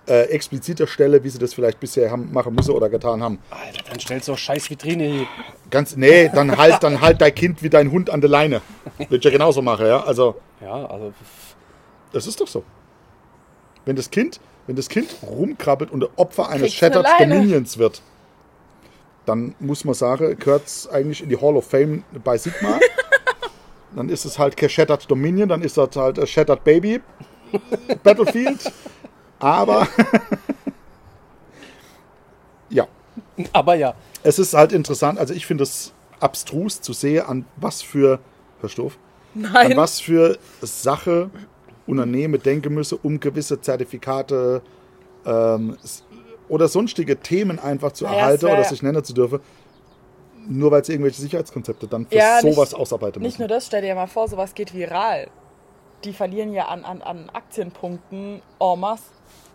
äh, expliziter stellen, wie sie das vielleicht bisher haben, machen müssen oder getan haben. Alter, dann stellst du auch scheiß Vitrine hier. Ganz, nee, dann halt, dann halt dein Kind wie dein Hund an der Leine. Würde ich ja genauso machen, ja. Also, Ja, also. das ist doch so. Wenn das Kind, wenn das Kind rumkrabbelt und Opfer eines Kriegt's eine Shattered Leine. Dominions wird, dann muss man sagen, gehört es eigentlich in die Hall of Fame bei Sigma. dann ist es halt kein Shattered Dominion, dann ist das halt ein Shattered Baby Battlefield. Aber ja, Aber ja, es ist halt interessant. Also ich finde es abstrus zu sehen, an was für hörst du auf? Nein. an was für Sache Unternehmen denken müssen, um gewisse Zertifikate ähm, s- oder sonstige Themen einfach zu Naja, es erhalten wär- oder sich nennen zu dürfen. Nur weil sie irgendwelche Sicherheitskonzepte dann für Ja, sowas nicht- ausarbeiten Nicht müssen. nur das, stell dir mal vor, sowas geht viral. Die verlieren ja an, an, an Aktienpunkten en masse.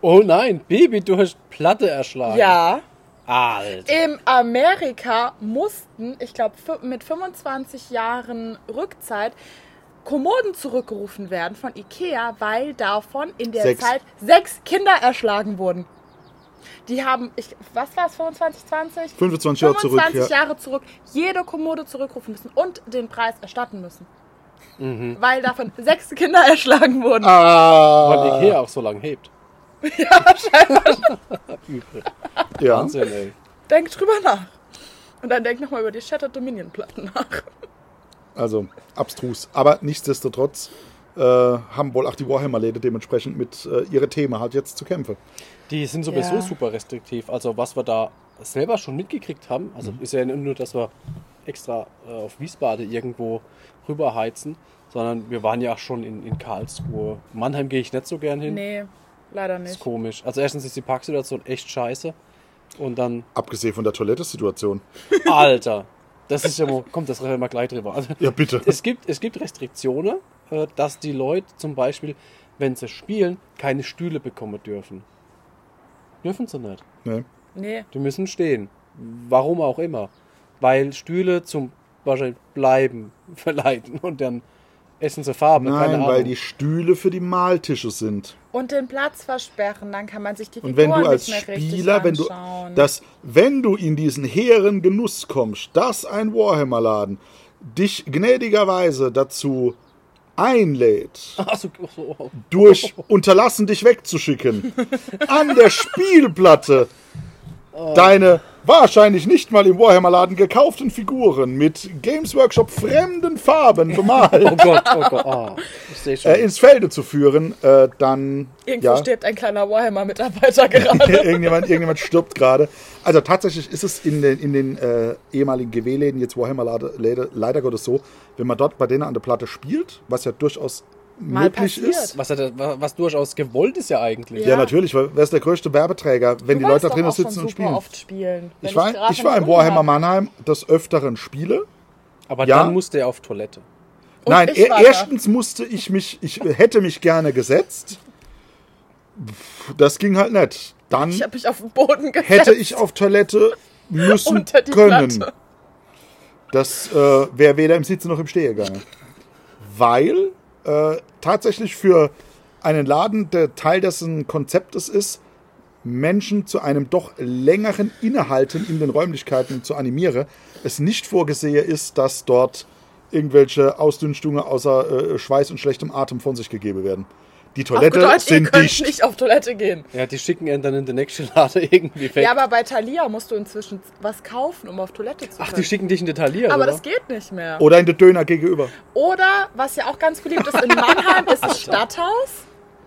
oh nein, Baby, du hast Platte erschlagen. Ja. Alter. In Amerika mussten, ich glaube, mit 25 Jahren Rückzeit Kommoden zurückgerufen werden von Ikea, weil davon in der Sechs. Zeit sechs Kinder erschlagen wurden. Die haben, ich, was war es, 25, 20? 25 Jahre zurück, 25 ja. Jahre zurück, jede Kommode zurückrufen müssen und den Preis erstatten müssen. Weil davon sechs Kinder erschlagen wurden. Mhm. Ah, Weil Ikea auch so lange hebt. ja. Wahnsinn, ey. Denk drüber nach. Und dann denk nochmal über die Shattered Dominion Platten nach. Also abstrus. Aber nichtsdestotrotz äh, haben wohl auch die Warhammer-Läden dementsprechend mit äh, ihre Themen halt jetzt zu kämpfen. Die sind sowieso Ja. super restriktiv. Also was wir da selber schon mitgekriegt haben, also Mhm. ist ja nicht nur, dass wir extra äh, auf Wiesbaden irgendwo rüberheizen, sondern wir waren ja auch schon in, in Karlsruhe. Mannheim gehe ich nicht so gern hin. Nee, leider Ist nicht. komisch. Also erstens ist die Parksituation echt scheiße. Und dann, Abgesehen von der Toilettensituation. Alter, das ist ja wo, kommt das reden wir gleich drüber. Also, Ja, bitte. es, gibt, es gibt Restriktionen, äh, dass die Leute zum Beispiel, wenn sie spielen, keine Stühle bekommen dürfen. Dürfen sie nicht. Nee. Nee. Die müssen stehen. Warum auch immer. Weil Stühle zum wahrscheinlich Bleiben verleiten und dann essen sie Farbe. keine Nein, Ahnung. weil die Stühle für die Maltische sind. Und den Platz versperren, dann kann man sich die Und Figuren wenn du als nicht mehr Spieler, wenn richtig du, anschauen. das, wenn du in diesen hehren Genuss kommst, dass ein Warhammer-Laden dich gnädigerweise dazu einlädt, Achso, ach so, oh. durch Unterlassen dich wegzuschicken, an der Spielplatte Oh. deine wahrscheinlich nicht mal im Warhammer-Laden gekauften Figuren mit Games Workshop fremden Farben bemalt oh Gott, oh Gott. ah, ich sehe schon. äh, ins Felde zu führen, äh, dann Irgendwo ja, stirbt ein kleiner Warhammer-Mitarbeiter gerade. irgendjemand, irgendjemand stirbt gerade. Also tatsächlich ist es in den, in den äh, ehemaligen GW-Läden, jetzt Warhammer-Läden, leider Gottes so, wenn man dort bei denen an der Platte spielt, was ja durchaus Mal möglich passiert. ist. was, hat er, wa- was durchaus gewollt ist ja eigentlich. Ja, Ja. natürlich, weil wer ist der größte Werbeträger, wenn die Leute da drinnen sitzen und spielen? oft spielen. Wenn Ich war, gerade ich war im einen Kunden Warhammer hab. Mannheim des Öfteren Spiele. Aber Ja. dann musste er auf Toilette. Und Nein, ich e war da. erstens musste ich mich, ich hätte mich gerne gesetzt. Pff, Das ging halt nicht. Dann Ich habe mich auf den Boden gesetzt. hätte ich auf Toilette müssen Unter die können. Platte. Das äh, wäre weder im Sitzen noch im Stehe gegangen. Weil äh, tatsächlich für einen Laden, der Teil dessen Konzeptes ist, Menschen zu einem doch längeren Innehalten in den Räumlichkeiten zu animiere, es nicht vorgesehen ist, dass dort irgendwelche Ausdünstungen außer äh, Schweiß und schlechtem Atem von sich gegeben werden. Die Auf gut Toilette Deutsch, ihr sind könnt dicht. nicht auf Toilette gehen. Ja, die schicken ihn dann in den nächsten Laden irgendwie weg. Ja, aber bei Thalia musst du inzwischen was kaufen, um auf Toilette zu Ach, können. die schicken dich in den Talier, aber oder? das geht nicht mehr. Oder in der Döner gegenüber. Oder, was ja auch ganz beliebt ist, in Mannheim ist das Stadthaus.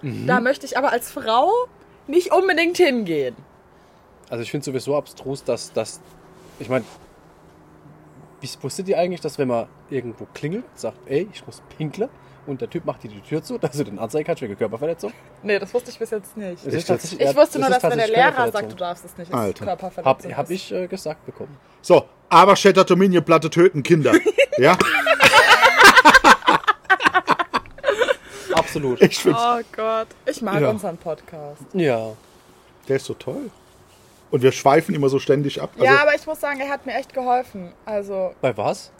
Mhm. Da möchte ich aber als Frau nicht unbedingt hingehen. Also ich finde sowieso abstrus, dass das. Ich meine, wie wusstet ihr eigentlich, dass wenn man irgendwo klingelt, sagt, ey, ich muss pinkeln und der Typ macht dir die Tür zu, dass du den anzeigen kannst wegen Körperverletzung? Nee, das wusste ich bis jetzt nicht. Es Echt jetzt? tatsächlich- Ich ja, wusste es nur, ist dass wenn der tatsächlich Lehrer sagt, du Körperverletzung. darfst es nicht, ist Alter. Körperverletzung. Hab, hab ist. ich äh, gesagt bekommen. So, aber Shattered Dominion Platte töten Kinder. ja, Absolut. ich find's Oh Gott. Ich mag Ja. unseren Podcast. ja. Der ist so toll. Und wir schweifen immer so ständig ab. Also, ja, aber ich muss sagen, er hat mir echt geholfen. Also Bei was?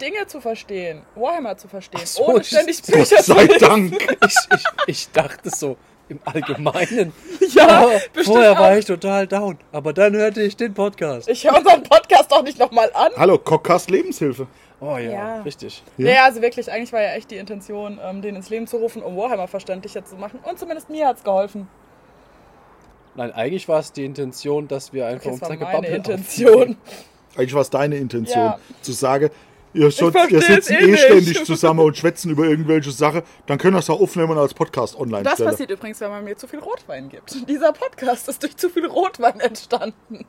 Dinge zu verstehen, Warhammer zu verstehen, so, ohne ich- ständig so, Bücher Gott zu sei lesen. Dank. Ich, ich, ich dachte so im Allgemeinen. Ja, Aber bestimmt vorher auch. war ich total down, aber dann hörte ich den Podcast. Ich höre unseren Podcast doch nicht nochmal an. Hallo, Cockcast Lebenshilfe. Oh ja, Ja. richtig. Ja. Ja. Naja, also wirklich, eigentlich war ja echt die Intention, ähm, den ins Leben zu rufen, um Warhammer verständlicher zu machen. Und zumindest mir hat's geholfen. Nein, eigentlich war es die Intention, dass wir einfach Okay, das unser war meine Gebabbel Intention. Eigentlich war es deine Intention, Ja. zu sagen, ihr, schon, versteh's ihr sitzt eh eh nicht. ständig zusammen und schwätzen über irgendwelche Sachen. Dann können wir es auch aufnehmen und als Podcast online Das stellen. passiert übrigens, wenn man mir zu viel Rotwein gibt. Dieser Podcast ist durch zu viel Rotwein entstanden. aufzunehmen.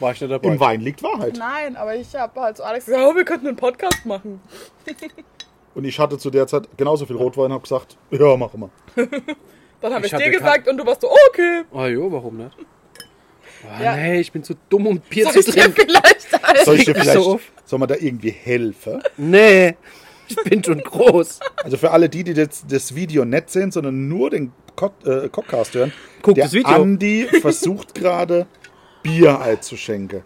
War ich nicht dabei. Im Wein liegt Wahrheit. Nein, aber ich habe halt zu Alex gesagt, oh, wir könnten einen Podcast machen. Und ich hatte zu der Zeit genauso viel Rotwein und habe gesagt, ja, mach mal. Dann habe Ich ich, dir hatte gesagt und du warst so, okay. Ah jo, warum nicht? Ah, Ja. Nee, ich bin zu dumm, um Bier Soll zu ich dir trinken. vielleicht ein? Soll ich dir regt mich vielleicht, so auf. soll man da irgendwie helfen? Nee, ich bin schon groß. Also für alle die, die jetzt das Video nicht sehen, sondern nur den Cock- äh, Cockcast hören. Guckt der das Video. Andi versucht gerade, Bier einzuschenken.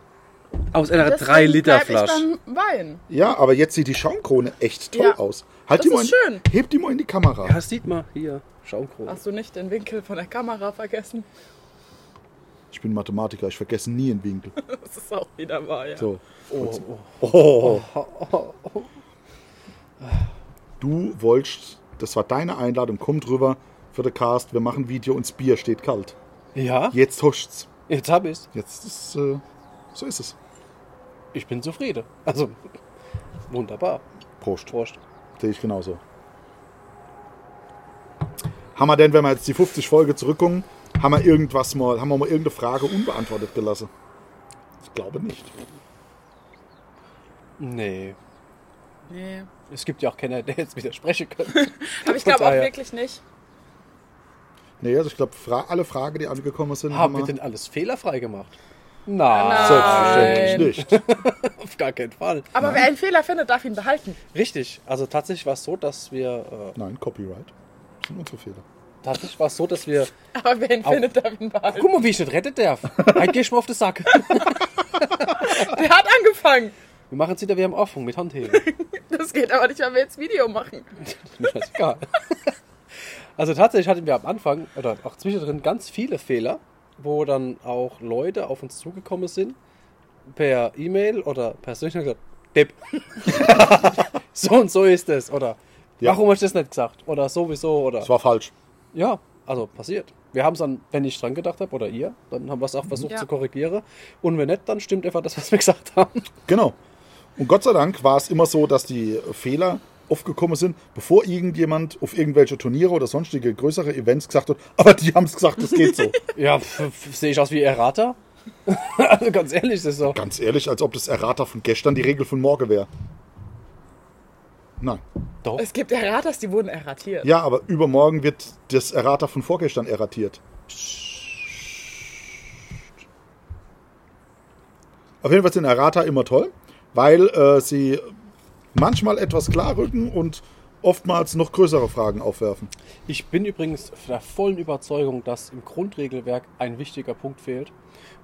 Aus einer Deswegen 3 Liter bleib Flasche. Ich beim Wein. Ja, aber jetzt sieht die Schaumkrone echt toll Ja. aus. Halt Das die mal ist in, schön. Heb die mal in die Kamera. Ja, sieht mal hier. Schaumkrone. Hast du nicht den Winkel von der Kamera vergessen? Ich bin Mathematiker, ich vergesse nie einen Winkel. Das ist auch wieder wahr, ja. So. Oh, oh. Oh. Du wolltest, das war deine Einladung, komm drüber für den Cast, wir machen Video und das Bier steht kalt. Ja, Jetzt huscht's. jetzt hab ich's. Jetzt ist, äh, so ist es. Ich bin zufrieden. Also, wunderbar. Prost. Prost. Sehe ich genauso. Haben wir denn, wenn wir jetzt die 50 Folge zurückgucken, haben wir irgendwas mal, haben wir mal irgendeine Frage unbeantwortet gelassen? Ich glaube nicht. Nee. Nee. Es gibt ja auch keiner, der jetzt widersprechen könnte. Aber ich Von glaube auch daher. wirklich nicht. Nee, also ich glaube, fra alle Fragen, die angekommen sind, Haben wir wir denn alles fehlerfrei gemacht? Nein, Ah, Nein. selbstverständlich nicht. auf gar keinen Fall. Aber wer einen Fehler findet, darf ihn behalten. Richtig. Also tatsächlich war es so, dass wir äh, Nein, Copyright. Das sind unsere Fehler. tatsächlich war es so, dass wir. Aber wer ihn Au. findet, darf ihn behalten. Guck mal, wie ich nicht rettet darf. Halt geh ich mal auf den Sack. Der hat angefangen. Wir machen es wieder wie am Anfang mit Handheben. Das geht aber nicht, weil wir jetzt Video machen. Mir scheißegal. Also tatsächlich hatten wir am Anfang oder auch zwischendrin ganz viele Fehler, wo dann auch Leute auf uns zugekommen sind per E-Mail oder persönlich und gesagt, Depp. so und so ist es, oder? Ja. Warum hast du das nicht gesagt? Oder sowieso, oder? Das war falsch. Ja, also passiert. Wir haben es dann, wenn ich dran gedacht habe, oder ihr, dann haben wir es auch versucht Ja. zu korrigieren. Und wenn nicht, dann stimmt einfach das, was wir gesagt haben. Genau. Und Gott sei Dank war es immer so, dass die Fehler aufgekommen sind, bevor irgendjemand auf irgendwelche Turniere oder sonstige größere Events gesagt hat, aber die haben es gesagt, das geht so. Ja, sehe ich aus wie Errata? also ganz ehrlich, das ist so. Ganz ehrlich, als ob das Errata von gestern die Regel von morgen wäre. Nein. Doch. Es gibt Erraters, die wurden erratiert. Ja, aber übermorgen wird das Errata von vorgestern erratiert. Auf jeden Fall sind Errata immer toll, weil äh, sie manchmal etwas klar rücken und oftmals noch größere Fragen aufwerfen. Ich bin übrigens der vollen Überzeugung, dass im Grundregelwerk ein wichtiger Punkt fehlt.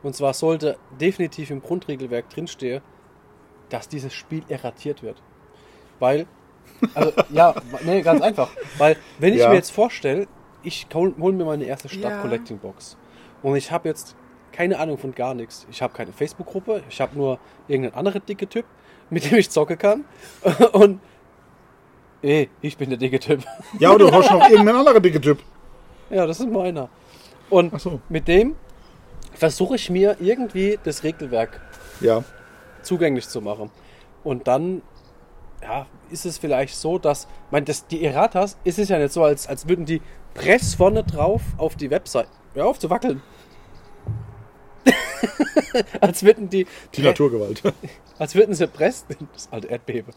Und zwar sollte definitiv im Grundregelwerk drinstehen, dass dieses Spiel erratiert wird. Weil, also, ja, nee, ganz einfach. Weil, wenn ich Ja. mir jetzt vorstelle, ich hole hol mir meine erste Ja. Stadt-Collecting-Box und ich habe jetzt keine Ahnung von gar nichts. Ich habe keine Facebook-Gruppe, ich habe nur irgendeinen anderen dicke Typ, mit dem ich zocke kann. Und, eh, ich bin der dicke Typ. Ja, oder du hast noch irgendeinen anderen dicke Typ. Ja, das ist meiner. Und Ach so. mit dem versuche ich mir irgendwie das Regelwerk Ja, zugänglich zu machen. Und dann ja, ist es vielleicht so, dass mein, das, die Erratas ist es ja nicht so, als, als würden die press vorne drauf auf die Website. Hör auf zu wackeln. als würden die, die Naturgewalt. als würden sie press das alte Erdbeben.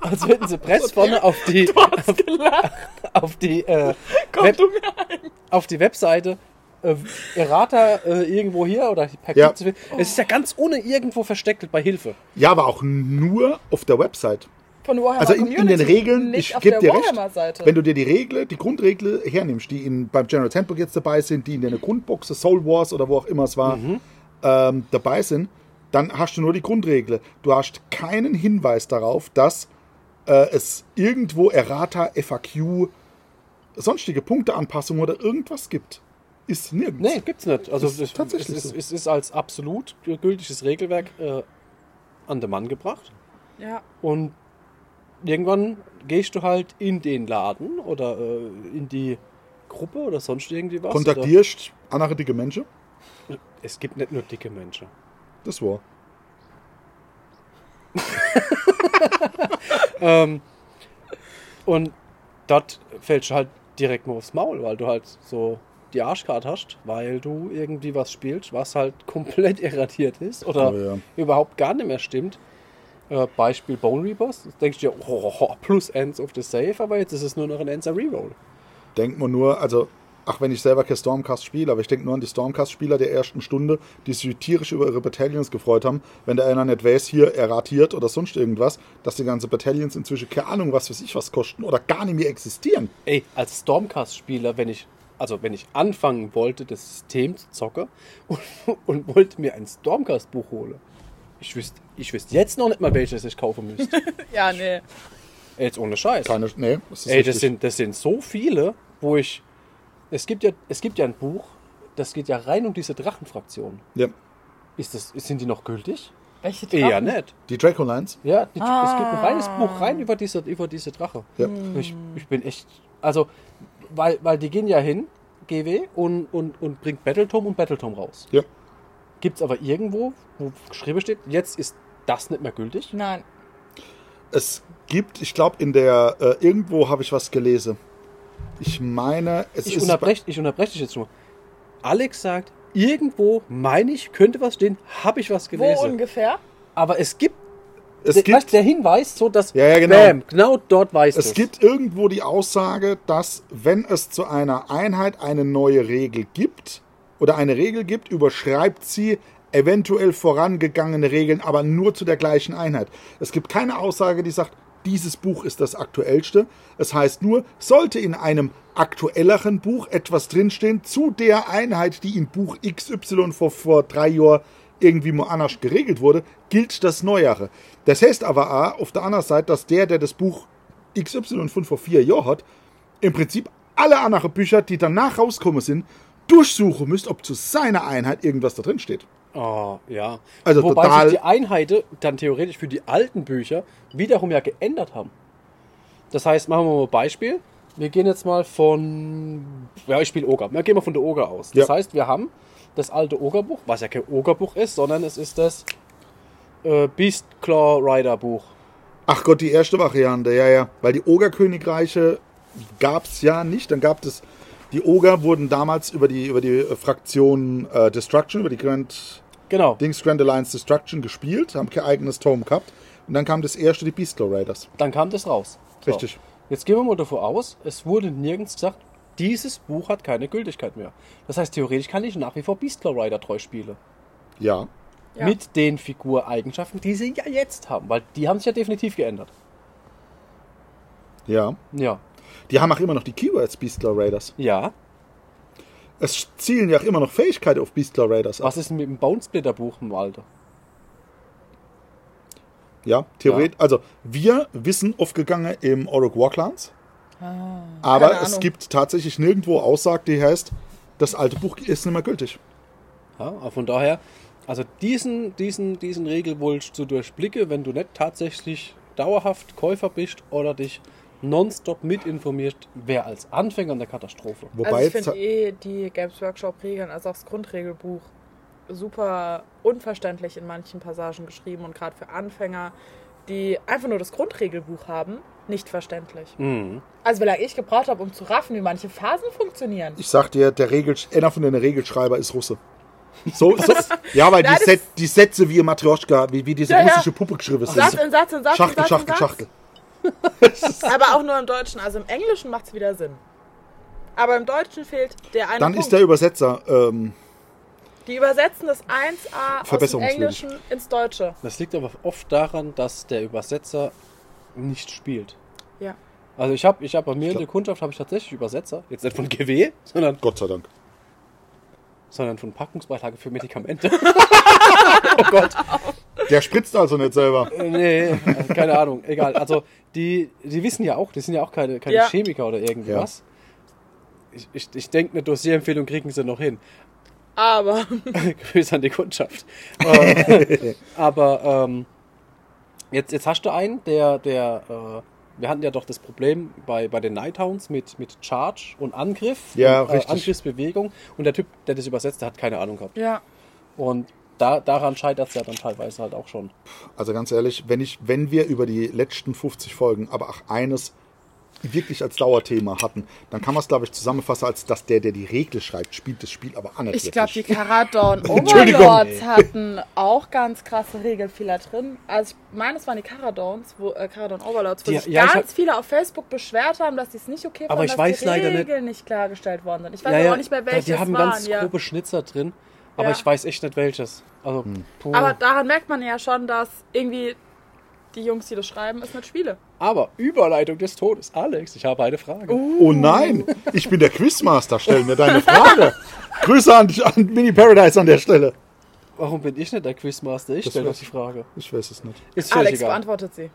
als würden sie press vorne auf die auf, auf die äh, Web- Komm du mir ein. auf die Webseite äh, Errata äh, irgendwo hier oder per Ja. Klick zu finden. Es ist ja ganz ohne irgendwo versteckt bei Hilfe. Ja, aber auch nur auf der Website. Von Warhammer Also in, in den Community, Regeln, nicht ich auf gebe der dir recht, Warhammer-Seite. wenn du dir die Regeln, die Grundregeln hernimmst, die in, beim General Handbook jetzt dabei sind, die in der Grundbox, der Soul Wars oder wo auch immer es war, ähm, dabei sind, dann hast du nur die Grundregeln. Du hast keinen Hinweis darauf, dass äh, es irgendwo Errata, FAQ, sonstige Punkteanpassungen oder irgendwas gibt. Ist nirgends. Nee, gibt's nicht. Also es Das ist ist, es, tatsächlich ist, so. es ist als absolut gültiges Regelwerk äh, an den Mann gebracht. ja. Und irgendwann gehst du halt in den Laden oder äh, in die Gruppe oder sonst irgendwie was. Kontaktierst andere dicke Menschen? Oder, es gibt nicht nur dicke Menschen. Das war. Ähm, und dort fällst du halt direkt mal aufs Maul, weil du halt so die Arschkarte hast, weil du irgendwie was spielst, was halt komplett erratiert ist oder Oh ja. überhaupt gar nicht mehr stimmt. Äh, Beispiel Bone Reapers. Jetzt denkst du dir, oh, oh, plus Ends of the Save, aber jetzt ist es nur noch ein Ends a Reroll. denkt man nur, also, ach, wenn ich selber kein Stormcast spiele, aber ich denke nur an die Stormcast-Spieler der ersten Stunde, die sich tierisch über ihre Battalions gefreut haben, wenn der einer nicht weiß, hier erratiert oder sonst irgendwas, dass die ganzen Battalions inzwischen keine Ahnung, was weiß ich was kosten oder gar nicht mehr existieren. Ey, als Stormcast-Spieler, wenn ich, also wenn ich anfangen wollte, das System zu zocken und, und wollte mir ein Stormcast-Buch holen, ich wüsste ich wüsste jetzt noch nicht mal, welches ich kaufen müsste. ja, nee. Ey, Jetzt ohne Scheiß. Keine, nee, das ist Ey, das richtig. sind, das sind so viele, wo ich. Es gibt ja, es gibt ja ein Buch, das geht ja rein um diese Drachenfraktion. Ja. Ist das, sind die noch gültig? Welche Eher Drachen? nicht. Die Dracolines? Ja, die, es gibt ein reines Buch rein über diese, über diese Drache. Ja. Ich, ich bin echt. Also, weil, weil die gehen ja hin, GW, und, und, und bringt Battletome und Battletome raus. Ja. Gibt es aber irgendwo, wo geschrieben steht, jetzt ist das nicht mehr gültig? Nein. Es gibt, ich glaube, in der, äh, irgendwo habe ich was gelesen. Ich meine, es Ich ist. unterbreche ich unterbrech dich jetzt nur. Alex sagt, irgendwo, meine ich, könnte was stehen, habe ich was Wo gelesen. ungefähr? Aber es gibt, es der, gibt weißt, der Hinweis, so dass Ja, ja, genau. Bam, genau dort weißt du Es gibt irgendwo die Aussage, dass wenn es zu einer Einheit eine neue Regel gibt oder eine Regel gibt, überschreibt sie eventuell vorangegangene Regeln, aber nur zu der gleichen Einheit. Es gibt keine Aussage, die sagt, dieses Buch ist das aktuellste. Es heißt nur, sollte in einem aktuelleren Buch etwas drinstehen zu der Einheit, die in Buch XY vor, vor drei Jahren irgendwie mal anders geregelt wurde, gilt das Neuere. Das heißt aber auch auf der anderen Seite, dass der, der das Buch XY von vor vier Jahren hat, im Prinzip alle anderen Bücher, die danach rauskommen sind, durchsuchen müsst, ob zu seiner Einheit irgendwas da drin steht. Ah, ja. Also Wobei total- sich die Einheiten dann theoretisch für die alten Bücher wiederum ja geändert haben. Das heißt, machen wir mal ein Beispiel. Wir gehen jetzt mal von. Ja, ich spiele Oger. Wir gehen mal von der Oger aus. Das Ja. heißt, wir haben das alte Ogerbuch, was ja kein Ogerbuch ist, sondern es ist das äh, Beastclaw Rider Buch. Ach Gott, die erste Variante, ja, ja. Weil die Ogerkönigreiche gab es ja nicht. Dann gab es. Die Oger wurden damals über die, über die äh, Fraktion äh, Destruction, über die Grand Genau. Dings Grand Alliance Destruction gespielt, haben kein eigenes Tome gehabt. Und dann kam das erste, die Beastlaw Raiders. Dann kam das raus. So. Richtig. Jetzt gehen wir mal davon aus, es wurde nirgends gesagt, dieses Buch hat keine Gültigkeit mehr. Das heißt, theoretisch kann ich nach wie vor Beastlaw Rider treu spielen. Ja. Ja. Mit den Figureigenschaften, die sie ja jetzt haben, weil die haben sich ja definitiv geändert. Ja. Ja. Die haben auch immer noch die Keywords Beastlaw Raiders. Ja. Es zielen ja auch immer noch Fähigkeiten auf Beastlaw Raiders ab. Was ist denn mit dem Bonesplitter-Buch im Alter? Ja, theoretisch. Also, wir wissen aufgegangen im Orog War Clans. keine aber es Ahnung. gibt tatsächlich nirgendwo Aussage, die heißt, das alte Buch ist nicht mehr gültig. Ja, aber von daher, also diesen, diesen, diesen Regelwunsch zu durchblicke, wenn du nicht tatsächlich dauerhaft Käufer bist oder dich nonstop mitinformierst, wäre als Anfänger eine Katastrophe. Wobei Also ich jetzt, finde eh die Games Workshop-Regeln, also auch das Grundregelbuch, super unverständlich in manchen Passagen geschrieben und gerade für Anfänger, die einfach nur das Grundregelbuch haben, nicht verständlich. Mhm. Also wie lange ich gebraucht habe, um zu raffen, wie manche Phasen funktionieren. ich sag dir, der Regel, einer von den Regelschreiber ist Russe. So, so ja, weil Ja, die, das- Set, die Sätze wie Matrioschka, wie, wie diese Ja, ja. russische Puppe geschrieben sind. Satz in Satz in Satz in Schachtel, Satz in Schachtel, Satz. Schachtel. Aber auch nur im Deutschen. Also im Englischen macht es wieder Sinn. Aber im Deutschen fehlt der eine Dann Punkt. ist der Übersetzer, ähm, die übersetzen das 1a aus dem Verbesserungswürdig. Englischen ins Deutsche. Das liegt aber oft daran, dass der Übersetzer nicht spielt. Ja. Also ich habe ich hab bei mir in glaub- der Kundschaft habe ich tatsächlich Übersetzer, jetzt nicht von GW, sondern, Gott sei Dank. sondern von Packungsbeilage für Medikamente. Der spritzt also nicht selber. Äh, nee, äh, keine Ahnung, egal. Also die, die wissen ja auch, die sind ja auch keine, keine Ja. Chemiker oder irgendwas. Ich, ich, ich denke, eine Dossierempfehlung kriegen sie noch hin. Aber Grüße an die Kundschaft. Äh, aber ähm, jetzt, jetzt hast du einen, der, der äh, wir hatten ja doch das Problem bei, bei den Nighthounds mit, mit Charge und Angriff. Ja, und, äh, richtig. Angriffsbewegung. Und der Typ, der das übersetzt, der hat keine Ahnung gehabt. ja, Und da, daran scheitert es ja dann teilweise halt auch schon. Also ganz ehrlich, wenn, ich, wenn wir über die letzten 50 Folgen, aber auch eines wirklich als Dauerthema hatten, dann kann man es, glaube ich, zusammenfassen, als dass der, der die Regel schreibt, spielt das Spiel aber anders. Ich glaube, die Karadorn Entschuldigung. Overlords hatten auch ganz krasse Regelfehler drin. Also ich meine, es waren die Karadorns, wo, äh, Karadorn Overlords, wo Die- sich ja, ich ganz hab- viele auf Facebook beschwert haben, dass die es nicht okay fanden, Aber ich dass weiß die leider nicht- Regeln nicht. klargestellt worden sind. Ich weiß aber auch nicht mehr, welche die haben es waren. ganz ja. grobe Schnitzer drin, aber Ja. ich weiß echt nicht welches. Also, Hm. puh. Aber daran merkt man ja schon, dass irgendwie die Jungs, die das schreiben, es nicht Spiele. aber Überleitung des Todes. Alex, ich habe eine Frage. Uh. Oh nein, ich bin der Quizmaster, stell mir deine Frage. Grüße an, an Mini Paradise an der Stelle. Warum bin ich nicht der Quizmaster? Ich Das stelle doch weiß- die Frage. Ich weiß es nicht. Ist völlig Alex egal. beantwortet sie.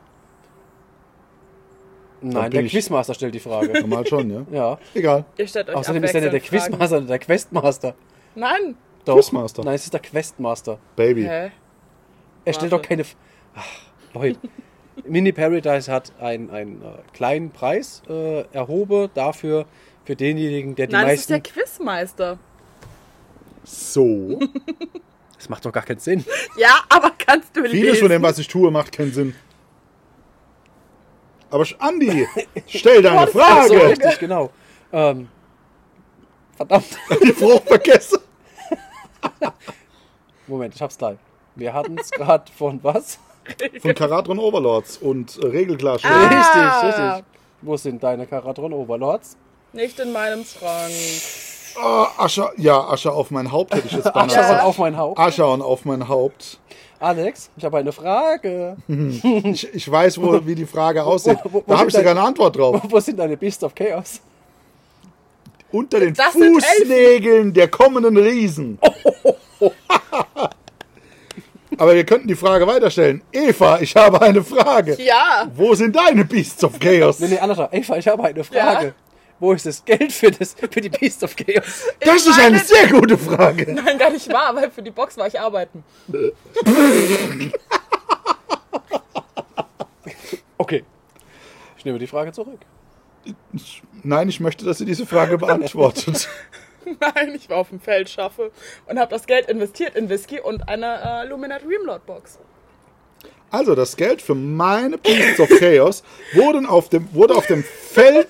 Da Nein, bin der ich. Quizmaster stellt die Frage. Normal schon, ja. ja. Egal. Ihr stellt euch Außerdem ist er nicht der abwechselnd Quizmaster, der Questmaster. Fragen. Nein. Doch. Quizmaster. Nein, es ist der Questmaster. Baby. Hä? Er stellt Warte. doch keine. F Ach, Leute. Mini Paradise hat einen, einen äh, kleinen Preis äh, erhoben dafür, für denjenigen, der die Nein, das ist meisten. der Quizmeister. So. das macht doch gar keinen Sinn. Ja, aber kannst du nicht. Vieles von dem, was ich tue, macht keinen Sinn. Aber Sch- Andi, stell deine Ach so, Frage. richtig, genau. Ähm, verdammt. Die Frucht vergessen. Moment, ich hab's gleich. Wir hatten es gerade von was? Von Karatron Overlords und äh, Regelklarstellung. Ah. Richtig, richtig. Wo sind deine Karatron Overlords? Nicht in meinem Schrank. Ah, Asche, ja, Asche auf mein Haupt hätte ich jetzt beinahe Asche gesagt. und auf mein Haupt. Asche und auf mein Haupt. Alex, ich habe eine Frage. Ich, ich weiß, wo, wie die Frage aussieht. wo- wo Da habe ich steht sogar eine Antwort drauf. Wo sind deine Beasts of Chaos? Unter den Das sind Fußnägeln der kommenden Riesen. Aber wir könnten die Frage weiterstellen. Eva, ich habe eine Frage. Ja. Wo sind deine Beasts of Chaos? Nee, nee, andersrum. Eva, ich habe eine Frage. wo ist das Geld für, das, für die Beast of Chaos? Das ist eine sehr gute Frage. Nein, gar nicht wahr, weil für die Box war ich arbeiten. Okay. Ich nehme die Frage zurück. Nein, ich möchte, dass ihr diese Frage beantwortet. Nein, ich war auf dem Feld schaffe und habe das Geld investiert in Whisky und eine äh, Luminat Dreamlord Box. Also, das Geld für meine Beasts of Chaos wurden auf dem, wurde auf dem Feld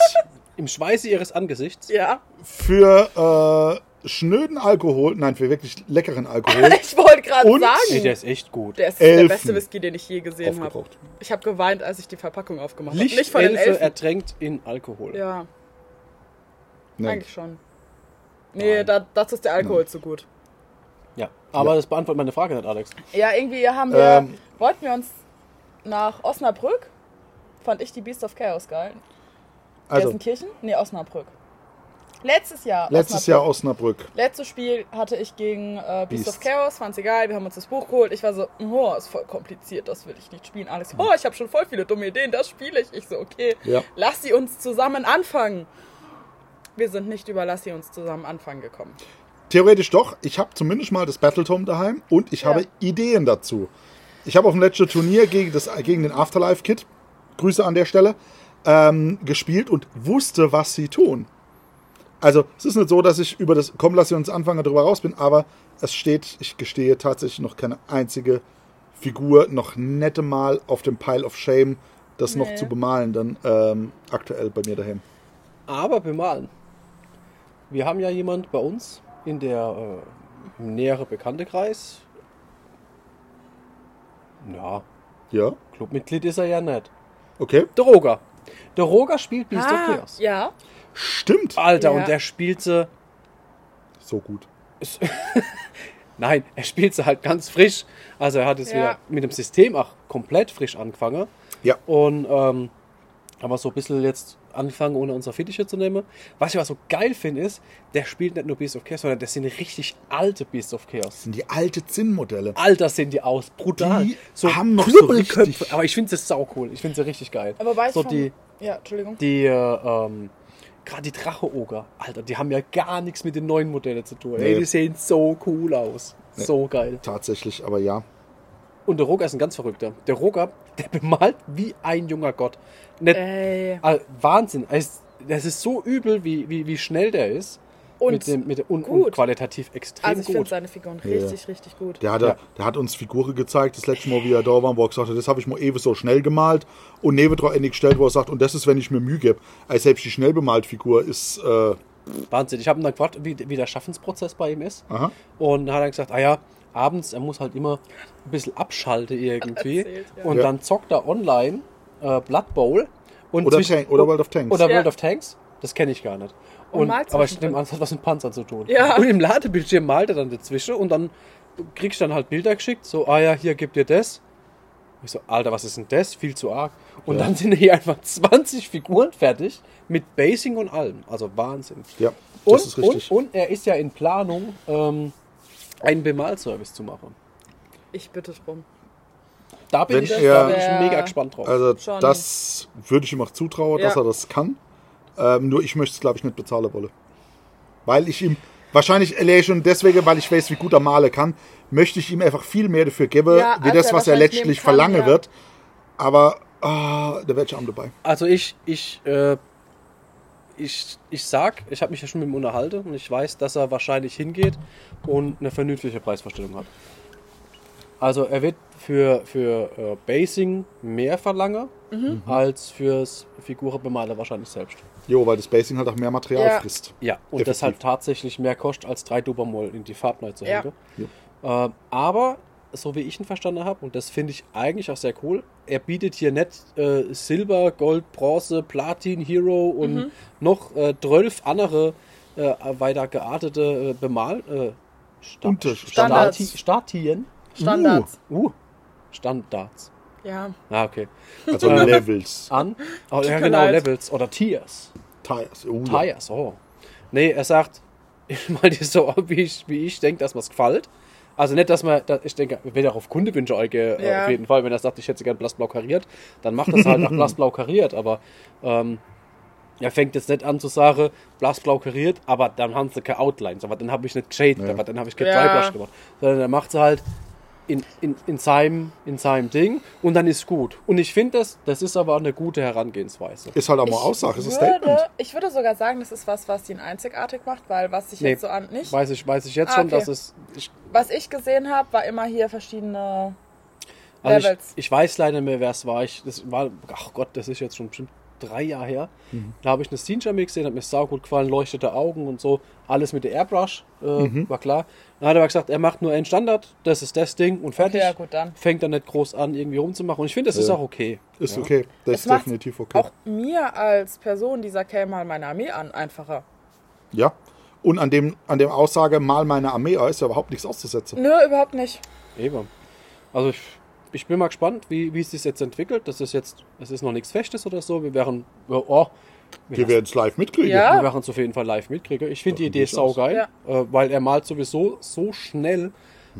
Im Schweiße ihres Angesichts. Ja. für äh, schnöden Alkohol, nein, für wirklich leckeren Alkohol, Ich wollte gerade Und- Nee, der sagen, ist echt gut. der ist Elfen. der beste Whisky, den ich je gesehen habe. aufgebraucht. Ich habe geweint, als ich die Verpackung aufgemacht habe. Nicht von den Lichtelfe Elfen. ertränkt in Alkohol. Ja, Nein. eigentlich schon. Nee, da, dazu ist der Alkohol zu gut. Ja. Aber das beantwortet meine Frage nicht, Alex. Ja, irgendwie haben wir, Ähm. wollten wir uns nach Osnabrück? Fand ich die Beast of Chaos geil. Also, Gelsenkirchen? Nee, Osnabrück. Letztes Jahr. letztes Osnabrück. Jahr Osnabrück. Letztes Spiel hatte ich gegen äh, Beast, Beast. of Chaos, fand's egal, wir haben uns das Buch geholt. Ich war so, oh, ist voll kompliziert, das will ich nicht spielen. Alex, Hm. oh, ich habe schon voll viele dumme Ideen, das spiele ich. Ich so, okay, Ja. lass sie uns zusammen anfangen. Wir sind nicht über lass sie uns zusammen anfangen gekommen. Theoretisch doch. Ich habe zumindest mal das Battletome daheim und ich Ja. habe Ideen dazu. Ich habe auf dem letzten Turnier gegen, das, gegen den Afterlife-Kit, Grüße an der Stelle, ähm, gespielt und wusste, was sie tun. Also es ist nicht so, dass ich über das Komm, lass uns anfangen darüber raus bin, aber es steht, ich gestehe tatsächlich noch keine einzige Figur, noch nette Mal auf dem Pile of Shame, das noch Nee. zu bemalen, dann ähm, aktuell bei mir daheim. Aber bemalen. Wir haben ja jemand bei uns in der äh, nähere Bekanntekreis. Ja, Ja, Clubmitglied ist er ja nicht. okay. Der Roger. Der Roger spielt Beast of Chaos. Ah, ja. Stimmt. Alter, Ja. und der spielte. So gut. Nein, er spielte halt ganz frisch. Also er hat jetzt Ja. wieder mit dem System auch komplett frisch angefangen. Ja. Und ähm, aber so ein bisschen jetzt anfangen, ohne unser Fittiche zu nehmen. Was ich aber so geil finde, ist, der spielt nicht nur Beast of Chaos, sondern das sind richtig alte Beast of Chaos. sind die alte Zinnmodelle. Alter sehen die aus, brutal. Die haben noch so richtig- Aber ich finde sie sau cool. Ich finde sie richtig geil. Aber bei so die, Ja, Entschuldigung. die, äh, ähm, gerade die Drache-Oger, Alter, die haben ja gar nichts mit den neuen Modellen zu tun. Nee. Ey, die sehen so cool aus. So geil. Tatsächlich, aber ja. Und der Roger ist ein ganz verrückter. Der Roger, der bemalt wie ein junger Gott. Nicht, Ey. also Ah, Wahnsinn. Er ist- Das ist so übel, wie, wie, wie schnell der ist. Und mit dem, mit dem, und, gut. und qualitativ extrem Also ich finde gut. seine Figuren richtig, richtig gut. Der, hatte, Ja. der hat uns Figuren gezeigt, das letzte Mal, wie er da war, wo er gesagt hat, das habe ich mal eben so schnell gemalt. Und neben drauf endlich gestellt, wo er sagt, und das ist, wenn ich mir Mühe gebe. Also selbst die schnell bemalte Figur ist, äh, Wahnsinn. Ich habe ihn dann gefragt, wie, wie der Schaffensprozess bei ihm ist. Aha. Und dann hat er gesagt, ah ja, abends, er muss halt immer ein bisschen abschalten irgendwie. Erzählt, ja. Und Ja. dann zockt er online äh, Blood Bowl. Und Oder zwischen- Tank- oder World of Tanks. Oder Ja. World of Tanks. Das kenne ich gar nicht. Und Und, malt aber ich zwischendrin. nehme an, es hat was mit Panzern zu tun. Ja. Und im Ladebildschirm malt er dann dazwischen und dann kriegst du dann halt Bilder geschickt. So, ah ja, hier gibt dir das. Ich so, Alter, was ist denn das? Viel zu arg. Und Ja. dann sind hier einfach 20 Figuren fertig mit Basing und allem. Also Wahnsinn. ja, das Und, ist richtig. Und, und er ist ja in Planung, ähm, einen Bemalservice zu machen. Ich bitte drum. Uh. Da bin Wenn ich, er- da bin ich mega gespannt drauf. also schon. das würde ich ihm auch zutrauen, Ja. dass er das kann. Ähm, nur ich möchte es, glaube ich, nicht bezahlen wollen. Weil ich ihm, wahrscheinlich allein schon deswegen, weil ich weiß, wie gut er malen kann, möchte ich ihm einfach viel mehr dafür geben, Ja, wie das, als er was er wahrscheinlich letztlich nehmen kann, verlangen ja. wird. Aber ah, da wäre ich am dabei. Also ich, ich, äh, ich, ich sag, ich habe mich ja schon mit ihm unterhalten und ich weiß, dass er wahrscheinlich hingeht und eine vernünftige Preisvorstellung hat. Also er wird für, für äh, Basing mehr verlangen als fürs Figurenbemaler wahrscheinlich selbst. Jo, weil das Basing halt auch mehr Material Ja. frisst. Ja, und Definitiv. deshalb tatsächlich mehr kostet, als drei Dobermoll in die Farbneu zu Ja. hängen. Ähm, aber, so wie ich ihn verstanden habe, und das finde ich eigentlich auch sehr cool, er bietet hier nicht äh, Silber, Gold, Bronze, Platin, Hero und Mhm. noch äh, 12 andere äh, weiter geartete äh, Bemal... Äh, Sta Unter- Standards. Standards. Stati- Statien? Standards. Uh, Standards. Ja. Ah, okay. Also Ähm. Levels. An? Oh, ja, mir genau, leid. Levels oder Tiers. Tires. Oh, ja. Tires, oh. Nee, er sagt, ich mal dir so, wie ich, wie ich denke, dass mir's gefällt. Also nicht, dass man, da- ich denke, weder auf Kundewünsche eingehe, äh, Ja. auf jeden Fall. Wenn er sagt, ich hätte gern blassblau kariert, dann macht das halt nach blassblau kariert. Aber ähm, Er fängt jetzt nicht an zu sagen, blassblau kariert, aber dann haben sie keine Outlines, aber dann habe ich nicht geschadet, Ja. aber dann habe ich kein Ja. Dry Brush gemacht. Sondern er macht sie halt in, in, in, seinem, in seinem Ding und dann ist gut. Und ich finde das, das ist aber auch eine gute Herangehensweise. Ist halt auch mal Ich Aussage, ist ein Statement. würde, ich würde sogar sagen, das ist was, was ihn einzigartig macht, weil was ich Nee, jetzt so an nicht, Weiß ich, weiß ich jetzt Ah, schon, okay. dass es. Ich, was ich gesehen habe, war immer hier verschiedene. also ich, Levels. ich weiß leider nicht mehr, wer es war. Ich, das war, ach Gott, das ist jetzt schon bestimmt drei Jahre her. Da habe ich eine Steam-Jamie gesehen, hat mir saugut gefallen, leuchtete Augen und so. Alles mit der Airbrush, äh, war klar. Dann hat er aber gesagt, er macht nur einen Standard, das ist das Ding und fertig. Ja, gut, dann. Fängt dann nicht groß an, irgendwie rumzumachen. Und ich finde, das ist Ja. auch okay. Ist ja. okay. Das Es ist macht's definitiv okay. Auch mir als Person, dieser käme mal meine Armee an, einfacher. Ja. Und an dem, an dem Aussage, mal meine Armee ist ja überhaupt nichts auszusetzen. Nö, überhaupt nicht. Eben. Also ich, ich bin mal gespannt, wie, wie es sich jetzt entwickelt. Das ist jetzt, es ist noch nichts Festes oder so. Wir wären, oh, Wir werden es live mitkriegen. Ja. Wir machen es auf jeden Fall live mitkriegen. Ich finde die Ja, Idee durchaus. saugeil, äh, weil er malt sowieso so schnell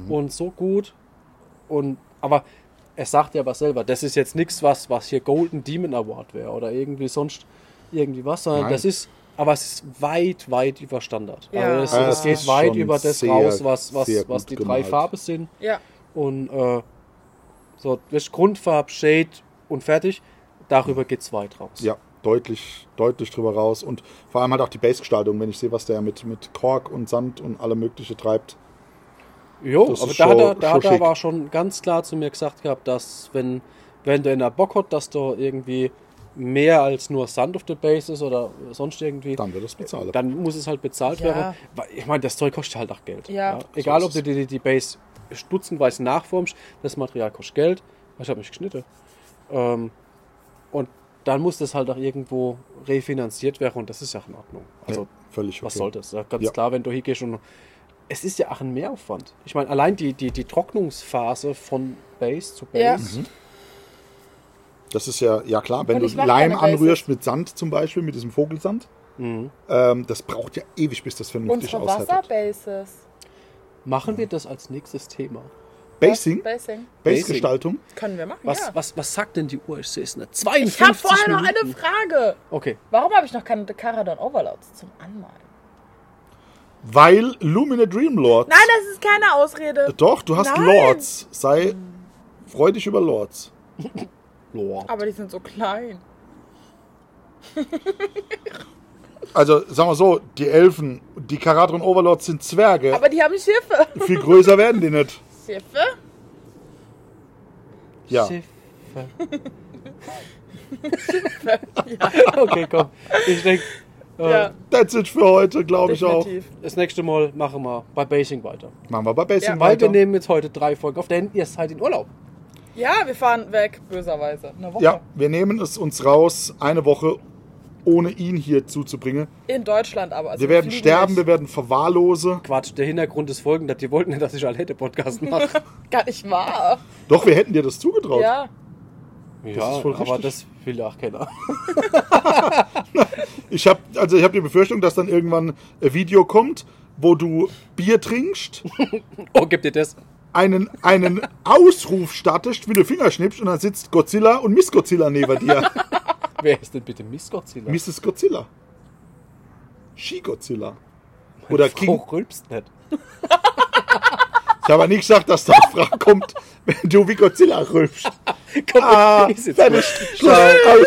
und so gut. Und aber er sagt ja aber selber, das ist jetzt nichts, was, was hier Golden Demon Award wäre oder irgendwie sonst irgendwie was, sondern Nein. das ist, aber es ist weit, weit über Standard. Ja. Also es, Ja, es es geht ist weit Ah, schon über das sehr, raus, was, sehr was, was gut die drei gemalt. Farben sind. Ja. Und äh, so, das Grundfarb, Shade und fertig. Darüber geht's weit raus. Ja, deutlich, deutlich drüber raus. Und vor allem halt auch die Base-Gestaltung, wenn ich sehe, was der mit, mit Kork und Sand und alle Mögliche treibt. Jo, Das aber ist da hat schon- er, da schon hat er schick. aber auch schon ganz klar zu mir gesagt gehabt, dass wenn, wenn der in der Bock hat, dass da irgendwie mehr als nur Sand auf der Base ist oder sonst irgendwie, Dann wird das bezahlen. dann muss es halt bezahlt Ja. werden. Weil, Ich meine, das Zeug kostet halt auch Geld. Ja. Egal, So ob ist du dir die, die Base stutzenweise nachformst, das Material kostet Geld. Ich habe mich geschnitten. Ähm, und dann muss das halt auch irgendwo refinanziert werden und das ist ja auch in Ordnung. Also ja, völlig okay. was soll das? Ja, ganz Ja. klar, wenn du hingehst und. Es ist ja auch ein Mehraufwand. Ich meine, allein die, die, die Trocknungsphase von Base zu Base. Ja. Mhm. Das ist ja, ja klar, wenn Und du ich mag Leim keine Bases. anrührst mit Sand zum Beispiel, mit diesem Vogelsand, ähm, das braucht ja ewig, bis das vernünftig Unsere aushärtet. Wasserbases. Machen wir das als nächstes Thema. Basing, Basing. Base-Gestaltung, Können wir machen, Was, ja. was, was sagt denn die Uhr? Ich sehe es nicht. Ich habe 52 vorher noch Minuten. eine Frage. Okay, Warum habe ich noch keine Karadon Overlords zum Anmalen? weil Lumina Dreamlords. Nein, das ist keine Ausrede. Doch, du hast Nein. Lords. Sei freu dich über Lords. Lord. Aber die sind so klein. Also, sagen wir so, die Elfen, die Karadron Overlords sind Zwerge. Aber die haben Schiffe. Viel größer werden die nicht. Schiffe? Ja. Schiffe. okay, komm. Ich denke, äh, Ja, That's it für heute, glaube ich auch. definitiv. das nächste Mal machen wir bei Basing weiter. Machen wir bei Basing Weil wir Ja. ne- weiter. nehmen jetzt heute drei Folgen auf, denn ihr seid in Urlaub. Ja, wir fahren weg, böserweise. Eine Woche. ja, wir nehmen es uns raus, eine Woche ohne ihn hier zuzubringen. In Deutschland aber. Also Wir werden fliegen sterben, wir nicht. werden verwahrlose. Quatsch, der Hintergrund ist folgender. Die wollten nicht, dass ich alle hätte Podcast mache. Gar nicht wahr. Doch, wir hätten dir das zugetraut. Ja. Ja, ist voll aber richtig. das will auch keiner. Ich habe also ich hab die Befürchtung, dass dann irgendwann ein Video kommt, wo du Bier trinkst, Oh, gib dir das. einen, einen Ausruf startest, wie du Finger schnippst und dann sitzt Godzilla und Miss Godzilla neben dir. Wer ist denn bitte Miss Godzilla? Mrs. Godzilla. She-Godzilla. Meine Oder Frau King. rülpst nicht. Ich habe aber nicht gesagt, dass das Frage kommt, wenn du wie Godzilla rülpst. Komm, Ah, ist jetzt fertig. gut. Schluss. Alles.